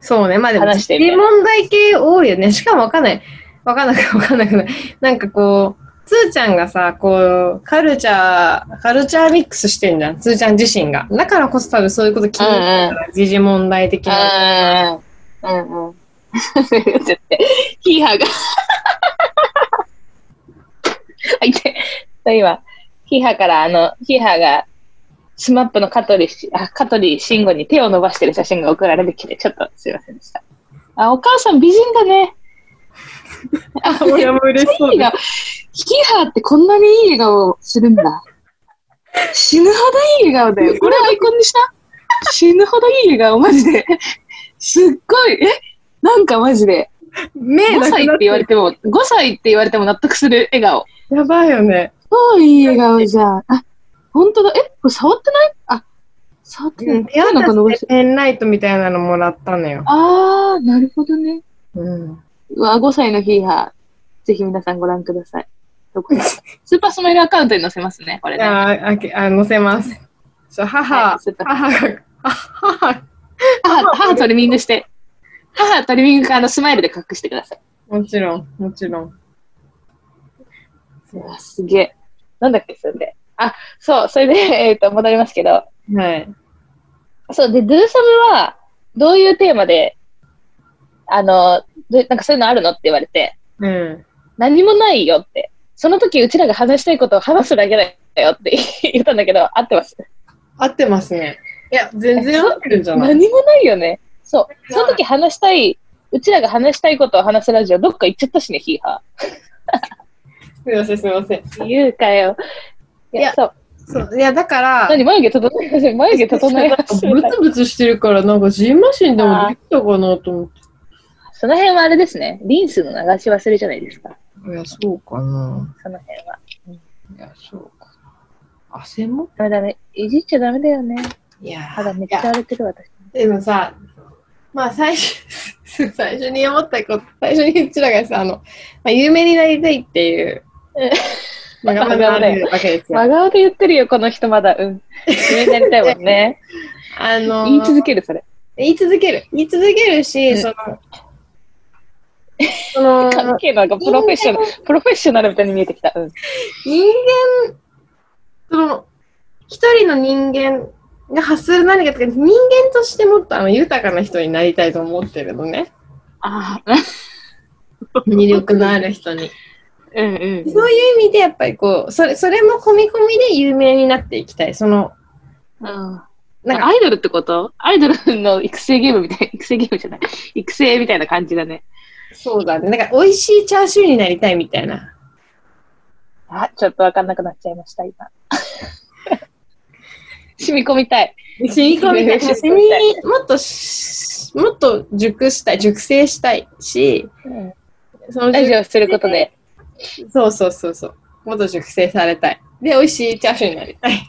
Speaker 2: そうね、まあでも、
Speaker 1: 話
Speaker 2: 時
Speaker 1: してみた
Speaker 2: 事
Speaker 1: い
Speaker 2: 問題系多いよね。しかもわかんない。わかんなく わかんなくない。なんかこう、つーちゃんがさ、こう、カルチャー、カルチャーミックスしてんじゃん。つーちゃん自身が。だからこそ多分そういうこと気になるから、時事問題的
Speaker 1: う
Speaker 2: な。
Speaker 1: んうんうんうん。 ちょっと、ヒーハーが。あ、いて。今、ヒーハーから、あの、ヒーハーが、スマップの香取し、あ、香取慎吾に手を伸ばしてる写真が送られてきて、ちょっとすいませんでした。あ、お母さん美人だね。あ、 いい
Speaker 2: 親も嬉しそう
Speaker 1: 笑
Speaker 2: だ。
Speaker 1: 顔。ヒーハーってこんなにいい笑顔をするんだ。死ぬほどいい笑顔だ よ。これアイコンにした死ぬほどいい笑顔、マジで。すっごい。えなんかマジで。
Speaker 2: 目
Speaker 1: 5
Speaker 2: なくな
Speaker 1: 歳って言われ
Speaker 2: て
Speaker 1: ても、5歳って言われても納得する笑顔。
Speaker 2: やばいよね。
Speaker 1: 超いい笑顔じゃん。あ、本当だ。えこれ触ってないあ、触ってない。
Speaker 2: うん、手
Speaker 1: なんか伸
Speaker 2: 渡
Speaker 1: ば
Speaker 2: し
Speaker 1: して
Speaker 2: てペンライトみたいなのもらったのよ。
Speaker 1: あー、なるほどね。
Speaker 2: うん。
Speaker 1: うわ、5歳のヒーハー。ぜひ皆さんご覧ください。ど こだスーパースマイルアカウントに載せますね、これ
Speaker 2: じ
Speaker 1: ね。
Speaker 2: ゃあ、あけあ載せます。そう母、
Speaker 1: はいスーパー
Speaker 2: 母が、あ母、
Speaker 1: 母、母トリミングして。母トリミングからのスマイルで隠してください。
Speaker 2: もちろん、もちろん。
Speaker 1: うわすげえ。なんだっけ、それで。あ、そう、それで、 えっ、と、戻りますけど。
Speaker 2: はい。
Speaker 1: そう、で、ドゥーサムは、どういうテーマで、あの、どなんかそういうのあるのって言われて、
Speaker 2: うん。
Speaker 1: 何もないよって。その時、うちらが話したいことを話すだけだよって言ったんだけど、合ってます。
Speaker 2: 合ってますね。いや、全然合ってるんじゃない
Speaker 1: 何もないよね。そう。その時話したい、うちらが話したいことを話すラジオ、どっか行っちゃったしね、ヒーハ
Speaker 2: すいません、すいません。
Speaker 1: ー。言うかよ。い
Speaker 2: い
Speaker 1: や、
Speaker 2: や
Speaker 1: そう。
Speaker 2: そう、いや、だから、
Speaker 1: 何眉毛整え 始め眉毛整え
Speaker 2: なんか
Speaker 1: 始め
Speaker 2: ブツブツしてるから、なんかジンマシンでもできたかなと思って。
Speaker 1: その辺はあれですね。リンスの流し忘れじゃないですか。
Speaker 2: いや、そうかな。
Speaker 1: その辺は。
Speaker 2: いや、そうかな。汗も
Speaker 1: ダメダメ。いじっちゃダメだよね。
Speaker 2: いや、
Speaker 1: 肌めっちゃ荒れてる私。
Speaker 2: でもさ、まあ最初、最初 に思ったこと、最初にうちらがさ、あの、まあ、有名になりたいっていう、 まがまがあるわけですよ。
Speaker 1: 真顔 で言ってるよ、この人まだ。うん。有名になりたいもんね。
Speaker 2: あのー
Speaker 1: 言い続ける、それ。
Speaker 2: 言い続ける。言い続けるし、
Speaker 1: うん
Speaker 2: その、その、
Speaker 1: かっけえな、なんかプロフェッショナル、プロフェッショナルみたいに見えてきた。うん。
Speaker 2: 人間、その、一人の人間が発する何かとか、人間としてもっとあの豊かな人になりたいと思ってる のね。
Speaker 1: ああ、
Speaker 2: 魅力のある人に。
Speaker 1: うんうん。
Speaker 2: そういう意味で、やっぱりこう、それ、それも込み込みで有名になっていきたい。その、
Speaker 1: うん
Speaker 2: なん
Speaker 1: あ
Speaker 2: か、
Speaker 1: アイドルってことアイドルの育成ゲームみたい、育成ゲームじゃない。育成みたいな感じだね。
Speaker 2: そうだね。なんか、美味しいチャーシューになりたいみたいな。
Speaker 1: あ、ちょっとわかんなくなっちゃいました、今。 染み込みたい。
Speaker 2: 染み込みたい。
Speaker 1: 染
Speaker 2: 染
Speaker 1: み
Speaker 2: み
Speaker 1: 込みたい、
Speaker 2: もっとし、もっと熟したい、熟成したいし、その
Speaker 1: ラジオすることで。
Speaker 2: そうそうそうそう。もっと熟成されたい。で、美味しいチャーシューになりたい。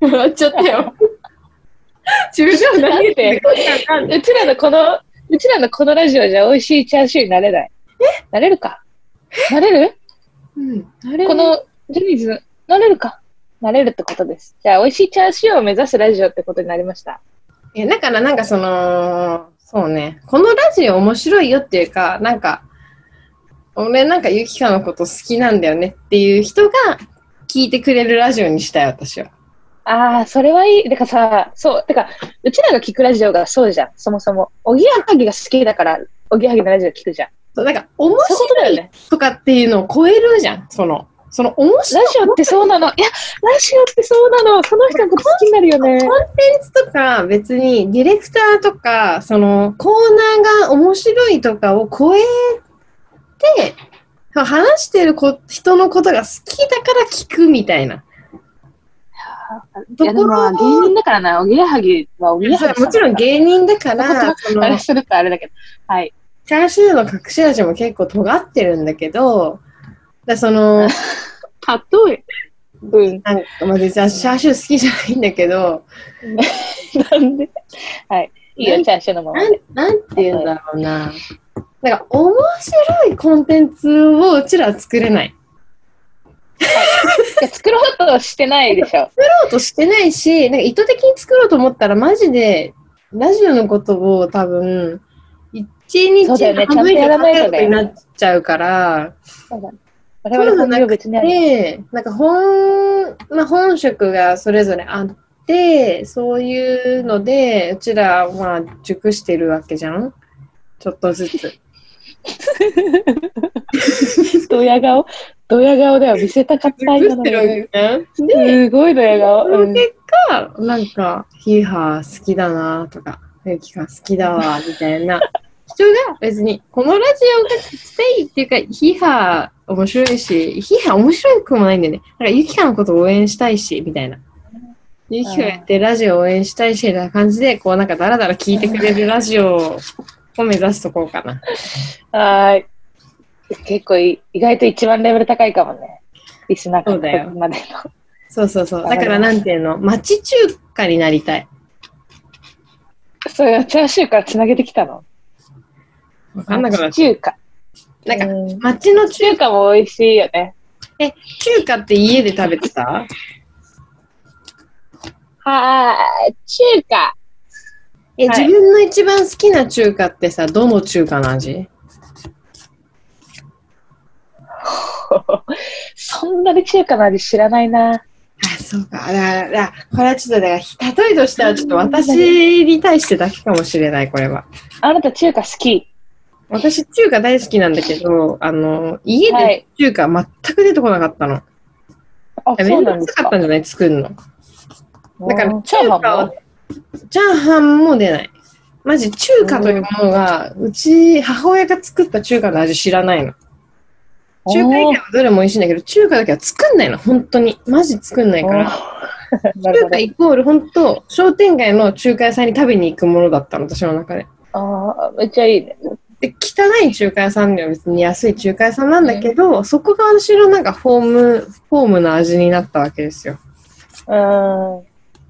Speaker 2: 笑っちゃったよ。自分でも投げてるかんないう
Speaker 1: ちらのこの、うちらのこのラジオじゃ美味しいチャーシューになれない。えなれるかなれる
Speaker 2: うんあれ
Speaker 1: この、ジャニーズ、なれるかなれるってことです。じゃあ、美味しいチャーシューを目指すラジオってことになりました。
Speaker 2: いやだからなんかそのそうねこのラジオ面白いよっていうかなんか俺なんかゆきかのこと好きなんだよねっていう人が聞いてくれるラジオにしたい私は
Speaker 1: ああ、それはいい。てかさ、そう、てか、うちらが聞くラジオがそうじゃん、そもそも。おぎやはぎが好きだから、おぎやはぎのラジオ聞くじゃん。
Speaker 2: そうなんか面
Speaker 1: そういうことだ
Speaker 2: 白
Speaker 1: よ
Speaker 2: い
Speaker 1: ね。
Speaker 2: とかっていうのを超えるじゃんそのその面
Speaker 1: ラ
Speaker 2: 白い
Speaker 1: ジオってそうなの。いや、ラジオってそうなの。その人のこと好きになるよね。
Speaker 2: コンテンツとか別にディレクターとかそのコーナーが面白いとかを超えて話してるこ人のことが好きだから聞くみたいな。
Speaker 1: い
Speaker 2: と
Speaker 1: や、で
Speaker 2: こ
Speaker 1: もま
Speaker 2: ろ
Speaker 1: あ芸人だからな、おぎやはぎはおぎやはぎさ
Speaker 2: もちろん芸人だからそ
Speaker 1: あれ
Speaker 2: の
Speaker 1: するとあれだけど。はい。
Speaker 2: チャーシューの隠し味も結構尖ってるんだけどだその
Speaker 1: 例え。うん。
Speaker 2: なんか、まあ、実はチャーシュー好きじゃないんだけど
Speaker 1: なんではい。いいよ、チャーシューのまま
Speaker 2: なん
Speaker 1: で。
Speaker 2: なんて言うんだろうな。なんか面白いコンテンツをうちらは作れない。
Speaker 1: いや作ろうとしてないでしょ。
Speaker 2: 作ろうとしてないし、なんか意図的に作ろうと思ったら、マジで、ラジオのことを多分、一日
Speaker 1: そうだよね
Speaker 2: 省い
Speaker 1: ちゃんとや
Speaker 2: て
Speaker 1: らないと
Speaker 2: 考えること
Speaker 1: だよね
Speaker 2: になっちゃうから、
Speaker 1: そうだ我々本業別にある。
Speaker 2: で、なんか本、まあ、本職がそれぞれあって、そういうので、うちら、まあ、熟してるわけじゃんちょっとずつ。
Speaker 1: ドヤ顔ドヤ顔だよ。見せたかった今の
Speaker 2: 熟してるわけじゃん
Speaker 1: すごいドヤ顔。
Speaker 2: その
Speaker 1: うん
Speaker 2: 結果、なんか、ヒーハー好きだなとか、ゆきが好きだわ、みたいな人が別に、このラジオが聞きたいっていうか、ヒーハー面白いし、ヒーハー面白くもないんだよね。なんか、ゆきかのことを応援したいし、みたいな。ゆきかやってラジオを応援したいし、みたいな感じで、こうなんかダラダラ聞いてくれるラジオを目指すところかな。
Speaker 1: はーい。結構い意外と一番レベル高いかもね。リスナーから
Speaker 2: そうだよ
Speaker 1: ここまで
Speaker 2: そうそうそう。だからなんていうの、町中華になりたい。
Speaker 1: の。 それはチャーシューからつなげてきたの。
Speaker 2: わかんなくなっち
Speaker 1: 中華。
Speaker 2: ゃう。なんか、
Speaker 1: うん
Speaker 2: 町の中
Speaker 1: 中華も美味しいよね。
Speaker 2: 中華って家で食べてた
Speaker 1: はーい。中華。
Speaker 2: え、
Speaker 1: はい
Speaker 2: 自分の一番好きな中華ってさ、どの中華の味
Speaker 1: そんなに中華の味知らないな。
Speaker 2: あ、そうか。だから、だこれはちょっと、だから、例えとしては、ちょっと私に対してだけかもしれない、これは。
Speaker 1: あなた中華好き。
Speaker 2: 私、中華大好きなんだけど、あの、家
Speaker 1: は
Speaker 2: で
Speaker 1: い
Speaker 2: 中華全く出てこなかったの。
Speaker 1: あ、
Speaker 2: め
Speaker 1: そうん
Speaker 2: ど
Speaker 1: なん
Speaker 2: く
Speaker 1: です
Speaker 2: さか
Speaker 1: か
Speaker 2: った。んじゃない作るの。だから、
Speaker 1: うん
Speaker 2: 中華
Speaker 1: も
Speaker 2: は、チャーハンも出ない。マジ、中華というものが、うち、母親が作った中華の味知らないの。中華以外はどれも美味しいんだけど、中華だけは作んないの、本当に。マジ作んないから。
Speaker 1: おーなる
Speaker 2: 中
Speaker 1: ほど
Speaker 2: 華イコール、本当、商店街の中華屋さんに食べに行くものだったの、私の中で。
Speaker 1: あーめっちゃいいね。
Speaker 2: で、汚い中華屋さんには別に安い中華屋さんなんだけど、そこが私のなんかフォーム、フォームの味になったわけですよ。
Speaker 1: うん。あ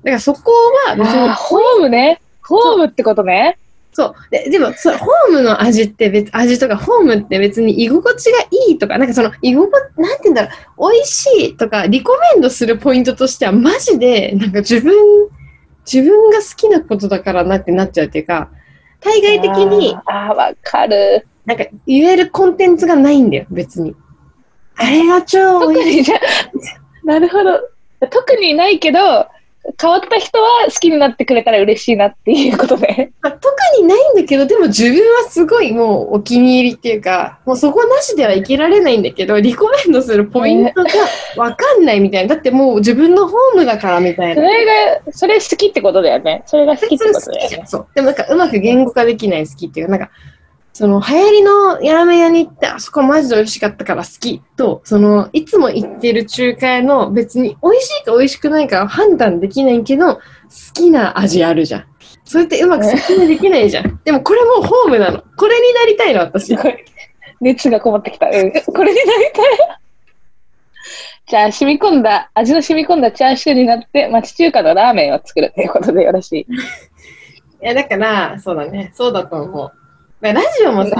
Speaker 2: だからそこは別
Speaker 1: ー
Speaker 2: に、
Speaker 1: ホームね。ホームってことね。
Speaker 2: そう。ででも、そう、ホームの味って別、味とか、ホームって別に居心地がいいとか、なんかその、居心地、なんて言うんだろう、美味しいとか、リコメンドするポイントとしては、マジで、なんか自分自分が好きなことだからなってなっちゃうっていうか、対外的に、
Speaker 1: あーあー、わかる。
Speaker 2: なんか言えるコンテンツがないんだよ、別に。あれが超
Speaker 1: 特
Speaker 2: 美味しい
Speaker 1: にじゃ、なるほど。特にないけど、変わった人は好きになってくれたら嬉しいなっていうことで。
Speaker 2: まあ特にないんだけど、でも自分はすごいもうお気に入りっていうか、もうそこなしでは生きられないんだけど、リコメンドするポイントがわかんないみたいな。だってもう自分のホームだからみたい
Speaker 1: そ
Speaker 2: な。
Speaker 1: れが、それ好きってことだよね。それが好きってこと
Speaker 2: それ
Speaker 1: だ
Speaker 2: 好
Speaker 1: よ
Speaker 2: きじ
Speaker 1: ね
Speaker 2: ゃん。。そう。でもなんかうまく言語化できない好きっていうか、なんか、その流行りのやらめ屋に行って、あそこマジで美味しかったから好きと、その、いつも行ってる中華屋の別に美味しいか美味しくないかは判断できないけど、好きな味あるじゃん。それってうまく説明できないじゃん。でもこれもうホームなの。これになりたいの、私。
Speaker 1: 熱がこもってきた。うん。これになりたい。じゃあ、染み込んだ、味の染み込んだチャーシューになって、町中華のラーメンを作るということでよろしい。
Speaker 2: いや、だから、そうだね。そうだと思う。まあラジオもさ、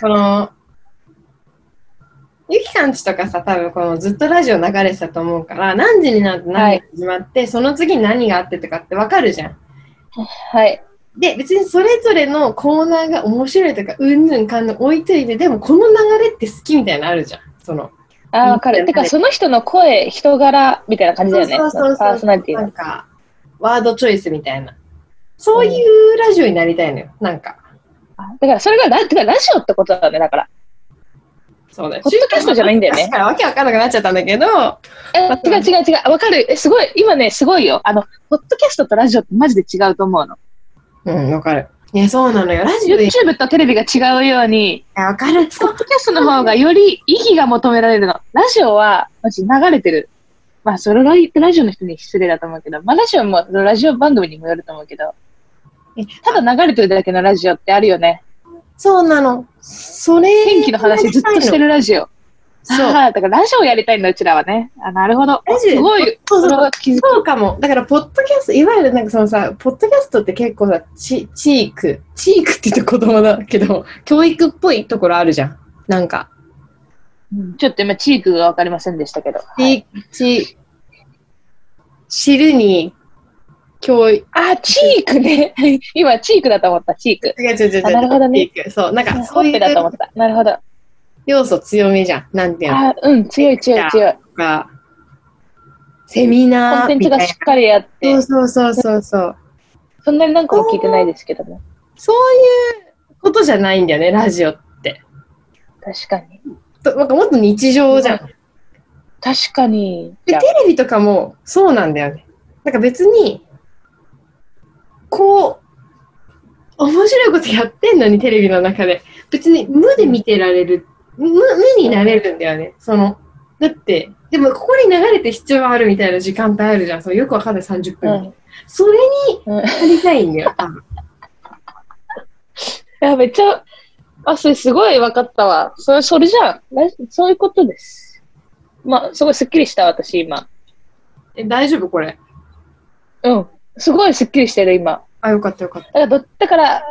Speaker 2: この、ゆきかんちとかさ、多分このずっとラジオ流れてたと思うから、何時になって
Speaker 1: は
Speaker 2: 何
Speaker 1: い
Speaker 2: が始まって、その次に何があってとかってわかるじゃん。
Speaker 1: はい。
Speaker 2: で、別にそれぞれのコーナーが面白いとか、うんぬんかんぬん置いといて、でもこの流れって好きみたいなのあるじゃん。その、
Speaker 1: ああ、わかる。てか、その人の声、人柄みたいな感じだよね。
Speaker 2: そうそうそうそう
Speaker 1: パーソナリティ
Speaker 2: な
Speaker 1: の。
Speaker 2: んか、ワードチョイスみたいな。そういうラジオになりたいのよ。なんか。
Speaker 1: だから、それがラ、てかラジオってことだね、だから。
Speaker 2: そうだよ
Speaker 1: ポッドキャストじゃないんだよね
Speaker 2: だからわけわかんなくなっちゃったんだけど、
Speaker 1: え、
Speaker 2: わか
Speaker 1: 違う
Speaker 2: る
Speaker 1: 違う違う。わかる。え、すごい。今ね、すごいよ。あの、ポッドキャストとラジオってマジで違うと思うの。
Speaker 2: うん、わかる。いや、そうなのよ。ラジオで。い
Speaker 1: YouTube とテレビが違うように、
Speaker 2: や、わかる。
Speaker 1: ポッドキャストの方がより意義が求められるの。ラジオは、マジ流れてる。まあ、それララジオの人に失礼だと思うけど、まあ、ラジオも、ラジオ番組にもよると思うけど、ただ流れてるだけのラジオってあるよね。
Speaker 2: そうなの。それ。
Speaker 1: 天気の話ずっとして
Speaker 2: る。
Speaker 1: るラジオ。
Speaker 2: そう。
Speaker 1: ああだからラジオやりたいんだ、うちらはね。あ、なるほど。
Speaker 2: ラジオ
Speaker 1: すごい。
Speaker 2: そうそう
Speaker 1: それは気づく。
Speaker 2: そうかも。だから、ポッドキャスト、いわゆるなんかそのさ、ポッドキャストって結構さ、チチーク、チークって言って子供だけど、教育っぽいところあるじゃん。なんか、
Speaker 1: うんちょっと今、チークがわかりませんでしたけど。はい
Speaker 2: チー、チー、知るに、教育、
Speaker 1: あ、チークね。 今、チークだと思った、チーク。
Speaker 2: 違う違う違う違う
Speaker 1: あなるほどね
Speaker 2: チークそう、なんか、
Speaker 1: ほ
Speaker 2: そ
Speaker 1: っ
Speaker 2: うい
Speaker 1: ぺだと思っ
Speaker 2: う
Speaker 1: た。なるほど。
Speaker 2: 要素強めじゃん。なんていうの
Speaker 1: あ、うん、強い強い強い。
Speaker 2: か、セミ
Speaker 1: コ
Speaker 2: ナ
Speaker 1: ンテ
Speaker 2: ー
Speaker 1: ン
Speaker 2: み
Speaker 1: ツ
Speaker 2: た
Speaker 1: が
Speaker 2: いな
Speaker 1: しっ。かりあって、
Speaker 2: そうそうそうそうそう。
Speaker 1: そんなになんかも聞いてないですけども。
Speaker 2: そういうことじゃないんだよね、ラジオって。
Speaker 1: 確かに。
Speaker 2: となんかもっと日常じゃん。で、
Speaker 1: 確かに。
Speaker 2: テレビとかもそうなんだよね。なんか別に、こう、面白いことやってんのに、テレビの中で。別に無で見てられる。無無になれるんだよね。その、だって、でもここに流れて必要あるみたいな時間帯あるじゃん。そうよくわかんない30
Speaker 1: う
Speaker 2: 分。
Speaker 1: ん。
Speaker 2: それ
Speaker 1: うん
Speaker 2: になりたいんだよ、多分
Speaker 1: いや、めっちゃ、あ、それすごい分かったわ。それ、それじゃん。ラジそういうことです。まあ、すごいスッキリした、私、今。
Speaker 2: え、大丈夫これ。
Speaker 1: うん。すごいスッキリしてる、今。
Speaker 2: あ、よかったよかっ
Speaker 1: だ
Speaker 2: た。
Speaker 1: からど、だから、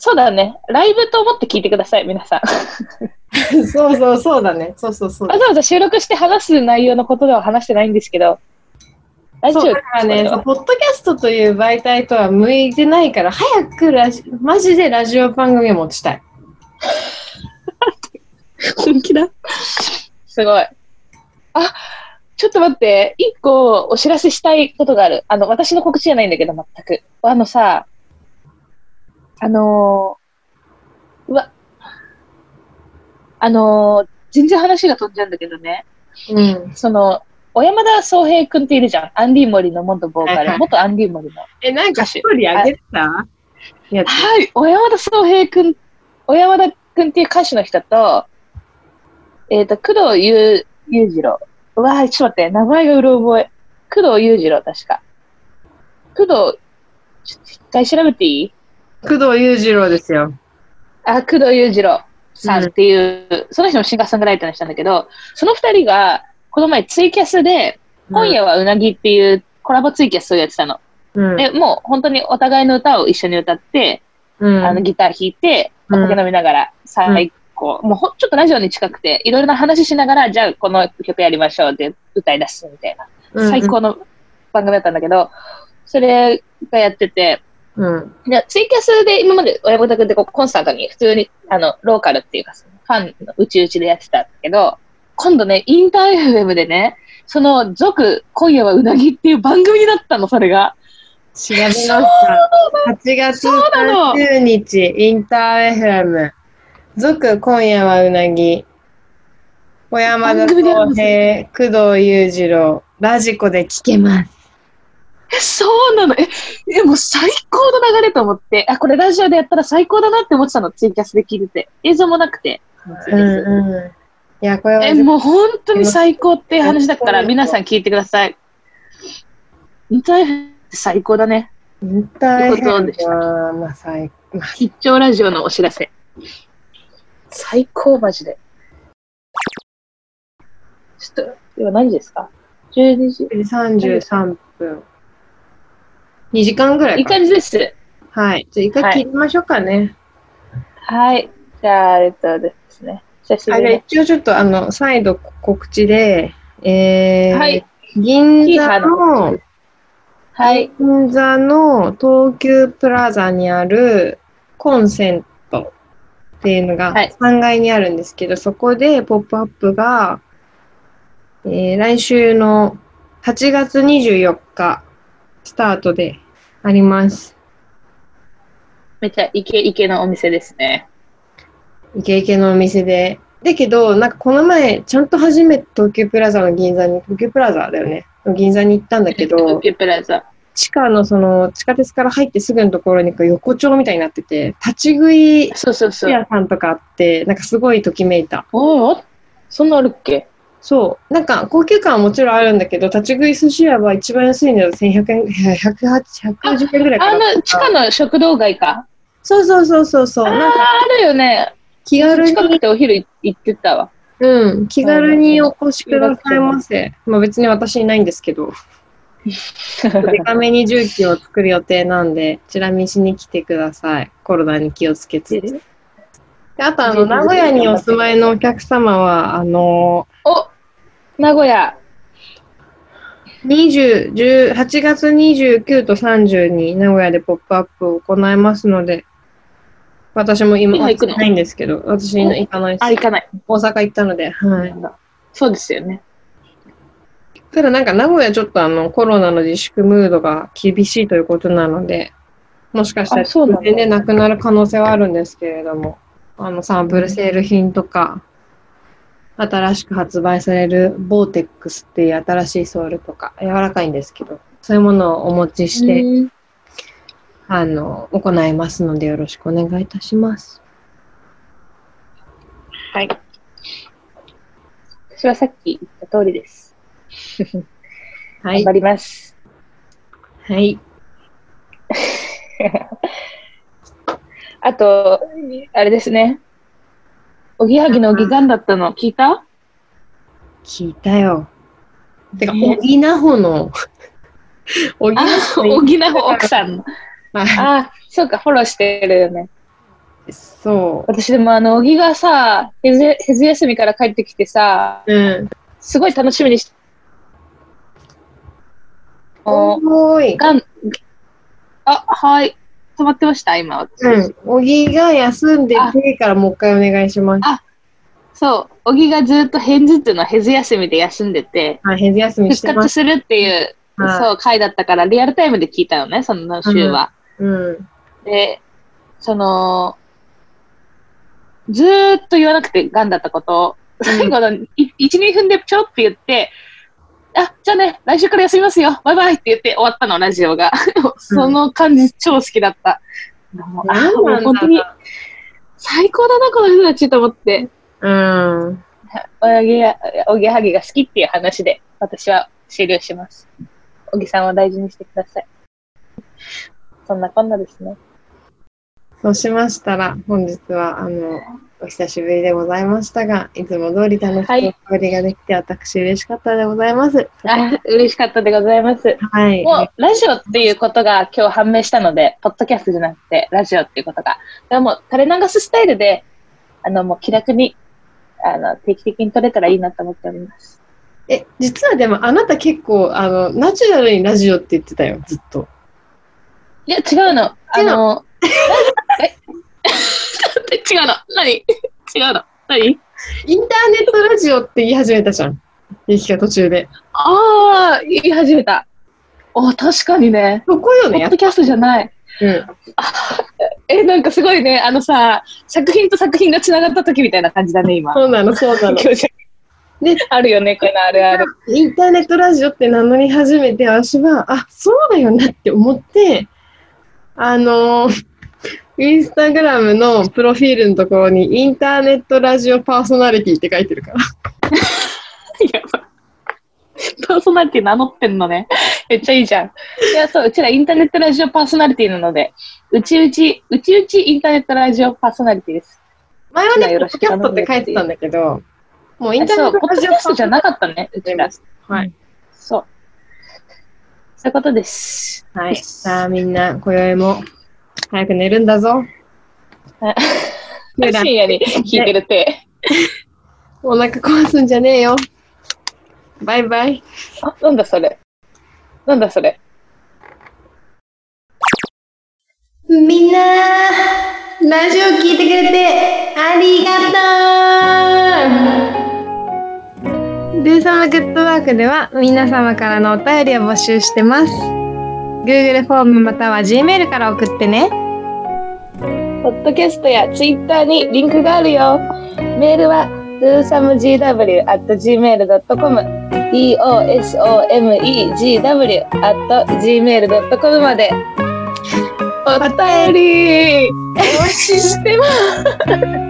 Speaker 1: そうだね。ライブと思って聞いてください、皆さん。
Speaker 2: そうそうそうだね。そうそうそう。
Speaker 1: わざわざ収録して話す内容のことでは話してないんですけど、ラジオ
Speaker 2: そうだからね、そうポッドキャストという媒体とは向いてないから、早くラジマジでラジオ番組を持ちたい。
Speaker 1: 本気だ。すごい。あ、ちょっと待って、一個お知らせしたいことがある。あの、私の告知じゃないんだけど、全く。あのさ、あのーうわ、あのー全然話が飛んじゃうんだけどね。
Speaker 2: うん。
Speaker 1: その、小山田宗平君っているじゃん。アンディ・モリの元ボーカ
Speaker 2: はいは
Speaker 1: ル、
Speaker 2: い
Speaker 1: 元アンディ・モリの。
Speaker 2: え、なんか一人あげてたやつ。
Speaker 1: はい、小山田宗平君、小山田君っていう歌手の人と、えっ、と、工藤裕裕次郎。うわぁ、ちょっと待って、名前がうろ覚え。工藤裕次郎、確か。工藤、ちょっと一回調べていい
Speaker 2: 工藤裕次郎ですよ。
Speaker 1: あ、工藤裕次郎さんっていう、その人もシンガーソングライターの人なんだけど、その二人が、この前ツイキャスで、今夜はうなぎっていうコラボツイキャスをやってたの。
Speaker 2: うん、
Speaker 1: で、もう本当にお互いの歌を一緒に歌って、
Speaker 2: うん、
Speaker 1: あのギター弾いて、お
Speaker 2: うん
Speaker 1: 酒飲みながら、最高。もうほちょっとラジオに近くて、いろいろな話しながら、じゃあこの曲やりましょうって歌い出すみたいな、
Speaker 2: うん
Speaker 1: 最。高の番組だったんだけど、それがやってて、
Speaker 2: うん。
Speaker 1: でツイキャスで今まで親子田君ってこうコンスタントに普通にあのローカルっていうかそのファンのうちうちでやってたんだけど、今度ね、インター FM でね、その続、今夜はうなぎっていう番組になったの、それが。
Speaker 2: 調べました。8月
Speaker 1: そうなの
Speaker 2: 30日、インター FM。続、今夜はうなぎ。小山
Speaker 1: 番
Speaker 2: 田
Speaker 1: 組でやる
Speaker 2: 康
Speaker 1: ん
Speaker 2: 平、工藤裕次郎、ラジコで聞けます。
Speaker 1: えそうなのえ、え、もう最高の流れと思って、あ、これラジオでやったら最高だなって思ってたの、ツイキャスで聞いてて。映像もなくて。
Speaker 2: うんうん。いや、これは
Speaker 1: え、もう本当に最高っていう話だから、皆さん聞いてください。インター FM 最高だね。
Speaker 2: インター FM は、まあ、最高。
Speaker 1: 必聴ラジオのお知らせ。最高、マジで。ちょっと、今何時ですか ?12 時。
Speaker 2: 33分。2時間ぐら
Speaker 1: いい
Speaker 2: いか。
Speaker 1: 感じです。
Speaker 2: はい。じゃあ、一回切りましょうかね。
Speaker 1: はい。じゃあ、えっとですね。久しぶ
Speaker 2: あ
Speaker 1: り
Speaker 2: じゃあ
Speaker 1: に。
Speaker 2: 一応ちょっと、あの、再度告知で、えー、
Speaker 1: はい。
Speaker 2: 銀
Speaker 1: キーハ
Speaker 2: 座
Speaker 1: ーの
Speaker 2: の、
Speaker 1: はい。
Speaker 2: 銀座の東急プラザにあるコンセントっていうのが
Speaker 1: はい
Speaker 2: 3階にあるんですけど、そこでポップアップが、えー来週の8月24日スタートであります。
Speaker 1: めっちゃイケイケのお店ですね。
Speaker 2: イケイケのお店で。だけど、なんかこの前、ちゃんと初めて東急プラザの銀座に、東急プラザだよね。銀座に行ったんだけど
Speaker 1: 東、急プラザ。
Speaker 2: 地下のその地下鉄から入ってすぐのところにこう横丁みたいになってて、立ち食い
Speaker 1: そうそう
Speaker 2: 寿
Speaker 1: そ
Speaker 2: 司
Speaker 1: う。
Speaker 2: 屋さんとかあって、なんかすごいときめいた。
Speaker 1: おお、そんなあるっけ
Speaker 2: そう。なんか高級感はもちろんあるんだけど、立ち食い寿司屋は一番安いので1100円、108 150円ぐらいか
Speaker 1: あ
Speaker 2: な。
Speaker 1: の、地下の食堂街か。
Speaker 2: そうそうそうそうそう。
Speaker 1: あー
Speaker 2: なんか
Speaker 1: あるよね。
Speaker 2: 気軽
Speaker 1: 近く
Speaker 2: に、
Speaker 1: てお昼行ってたわ。
Speaker 2: うん、気軽にお越しくださいませ。まあ別に私いないんですけど、デカめに重機を作る予定なんで、チラ見しに来てください。コロナに気をつけつつ。であとあの、名古屋にお住まいのお客様は、あの
Speaker 1: お名古屋。
Speaker 2: 20 10 8月29と30に名古屋でポップアップを行いますので、私も今、
Speaker 1: 今行くの
Speaker 2: 私ないんですけど、私の行かない
Speaker 1: あ、行
Speaker 2: し、
Speaker 1: かない。
Speaker 2: 大阪行ったので、はい。
Speaker 1: そうですよね。
Speaker 2: ただなんか名古屋ちょっとあのコロナの自粛ムードが厳しいということなので、もしかしたら
Speaker 1: あそうなんだ
Speaker 2: 全然なくなる可能性はあるんですけれども、あのサンプルセール品とか、新しく発売されるボーテックスっていう新しいソールとか、柔らかいんですけど、そういうものをお持ちして、
Speaker 1: うん
Speaker 2: あの、行いますのでよろしくお願いいたします。
Speaker 1: はい。私はさっき言った通りです。
Speaker 2: は
Speaker 1: 頑
Speaker 2: い
Speaker 1: 張。ります。
Speaker 2: はい。
Speaker 1: あと、あれですね。おぎやはぎのおぎがんだったの聞いた
Speaker 2: 聞いたよ。てか、
Speaker 1: ね
Speaker 2: 小木なほの、小木
Speaker 1: あ
Speaker 2: な、ほ の
Speaker 1: おぎなほ奥さんの。
Speaker 2: はい
Speaker 1: あ、そうか、フォローしてるよね。
Speaker 2: そ
Speaker 1: 私でもあの、小木がさ、へず、へず休みから帰ってきてさ、
Speaker 2: う。うん。
Speaker 1: すごい楽しみにし、お
Speaker 2: おーい。
Speaker 1: がん、あ、はい。止まってました今、私。
Speaker 2: うん。小木が休んで
Speaker 1: あ
Speaker 2: てからもう一回お願いします。
Speaker 1: そう、小木がずっと偏頭痛のへず休みで休んでて、
Speaker 2: はい、平日休みし
Speaker 1: 復
Speaker 2: てま
Speaker 1: 活
Speaker 2: す。
Speaker 1: するっていう、
Speaker 2: はい
Speaker 1: そう、回だったから、リアルタイムで聞いたのね、その週は。
Speaker 2: うん。
Speaker 1: で、その、ずーっと言わなくて、がんだったことを、最後の1、2分でちょろって言って、あ、じゃあね、来週から休みますよ、バイバイって言って終わったの、ラジオが。その感じ、超好きだった。もうあ
Speaker 2: 何
Speaker 1: もう
Speaker 2: なん
Speaker 1: 本
Speaker 2: だ
Speaker 1: 当
Speaker 2: ろ
Speaker 1: に最高だな、この人たちと思って、
Speaker 2: う。うん。
Speaker 1: おぎやおぎやはぎが好きっていう話で、私は終了します。おぎさんを大事にしてください。そんなこんなですね。
Speaker 2: そうしましたら、本日は、あの、お久しぶりでございましたが、いつも通り楽し
Speaker 1: はい
Speaker 2: いお料理ができて、私嬉しかったでございます。
Speaker 1: あ嬉しかったでございます。
Speaker 2: はい。
Speaker 1: もうラジオっていうことが今日判明したので、ポッドキャストじゃなくてラジオっていうことが。だからもう垂れ流すスタイルで、あのもう気楽に、あの定期的に撮れたらいいなと思っております。
Speaker 2: え、実はでもあなた結構、あの、ナチュラルにラジオって言ってたよ、ずっと。
Speaker 1: いや、違うの。あ
Speaker 2: 違う
Speaker 1: の、え ちょっと違うの。何違うの。何
Speaker 2: インターネットラジオって言い始めたじゃん。ゆきが途中で。
Speaker 1: ああ、言い始めた。お、確かにね。
Speaker 2: そこよ
Speaker 1: ポ
Speaker 2: ね、
Speaker 1: ッ
Speaker 2: やっ
Speaker 1: ドキャストじゃない。
Speaker 2: うん。
Speaker 1: え、なんかすごいね、あのさ、作品と作品がつながった時みたいな感じだね、今。
Speaker 2: そうなの、そうなの。
Speaker 1: ね、あるよね、これあるある。
Speaker 2: インターネットラジオって名乗り始めて、私は、あ、そうだよなって思って、あのー、インスタグラムのプロフィールのところに、インターネットラジオパーソナリティって書いてるから。
Speaker 1: やばパーソナリティ名乗ってんのね。めっちゃいいじゃん。いや、そう、うちらインターネットラジオパーソナリティなので、うちうち、うちうちインターネットラジオパーソナリティです。
Speaker 2: 前は
Speaker 1: まあ
Speaker 2: ね、
Speaker 1: よ
Speaker 2: ポ
Speaker 1: ろ
Speaker 2: ッ
Speaker 1: し
Speaker 2: ド
Speaker 1: く
Speaker 2: キャストって書いてたんだけど、もうインターネッ
Speaker 1: そう、
Speaker 2: ト
Speaker 1: ポッ
Speaker 2: ラ
Speaker 1: ド
Speaker 2: ジ
Speaker 1: キ
Speaker 2: オパ
Speaker 1: ャ
Speaker 2: ー
Speaker 1: スト
Speaker 2: ソ
Speaker 1: じゃ
Speaker 2: ナ
Speaker 1: なかったね、う
Speaker 2: リテ
Speaker 1: ち
Speaker 2: ィで
Speaker 1: ら。
Speaker 2: す。はい。
Speaker 1: そう。そういうことです。
Speaker 2: はい。さあ、みんな、今宵も、早く寝るんだぞ。普段
Speaker 1: 深夜に弾いてる手。
Speaker 2: お腹壊すんじゃねえよ。バイバイ。
Speaker 1: あ、なんだそれ。なんだそれ。
Speaker 3: みんな、ラジオ聞いてくれてありがとう
Speaker 2: ルーサムグッドワークでは皆様からのお便りを募集してます。Google フォームまたは Gmail から送ってね。
Speaker 1: ポッドキャストやツイッターにリンクがあるよ。メールは dosamegw.gmail.com dosamegw.gmail.com までお便りお待ちしてます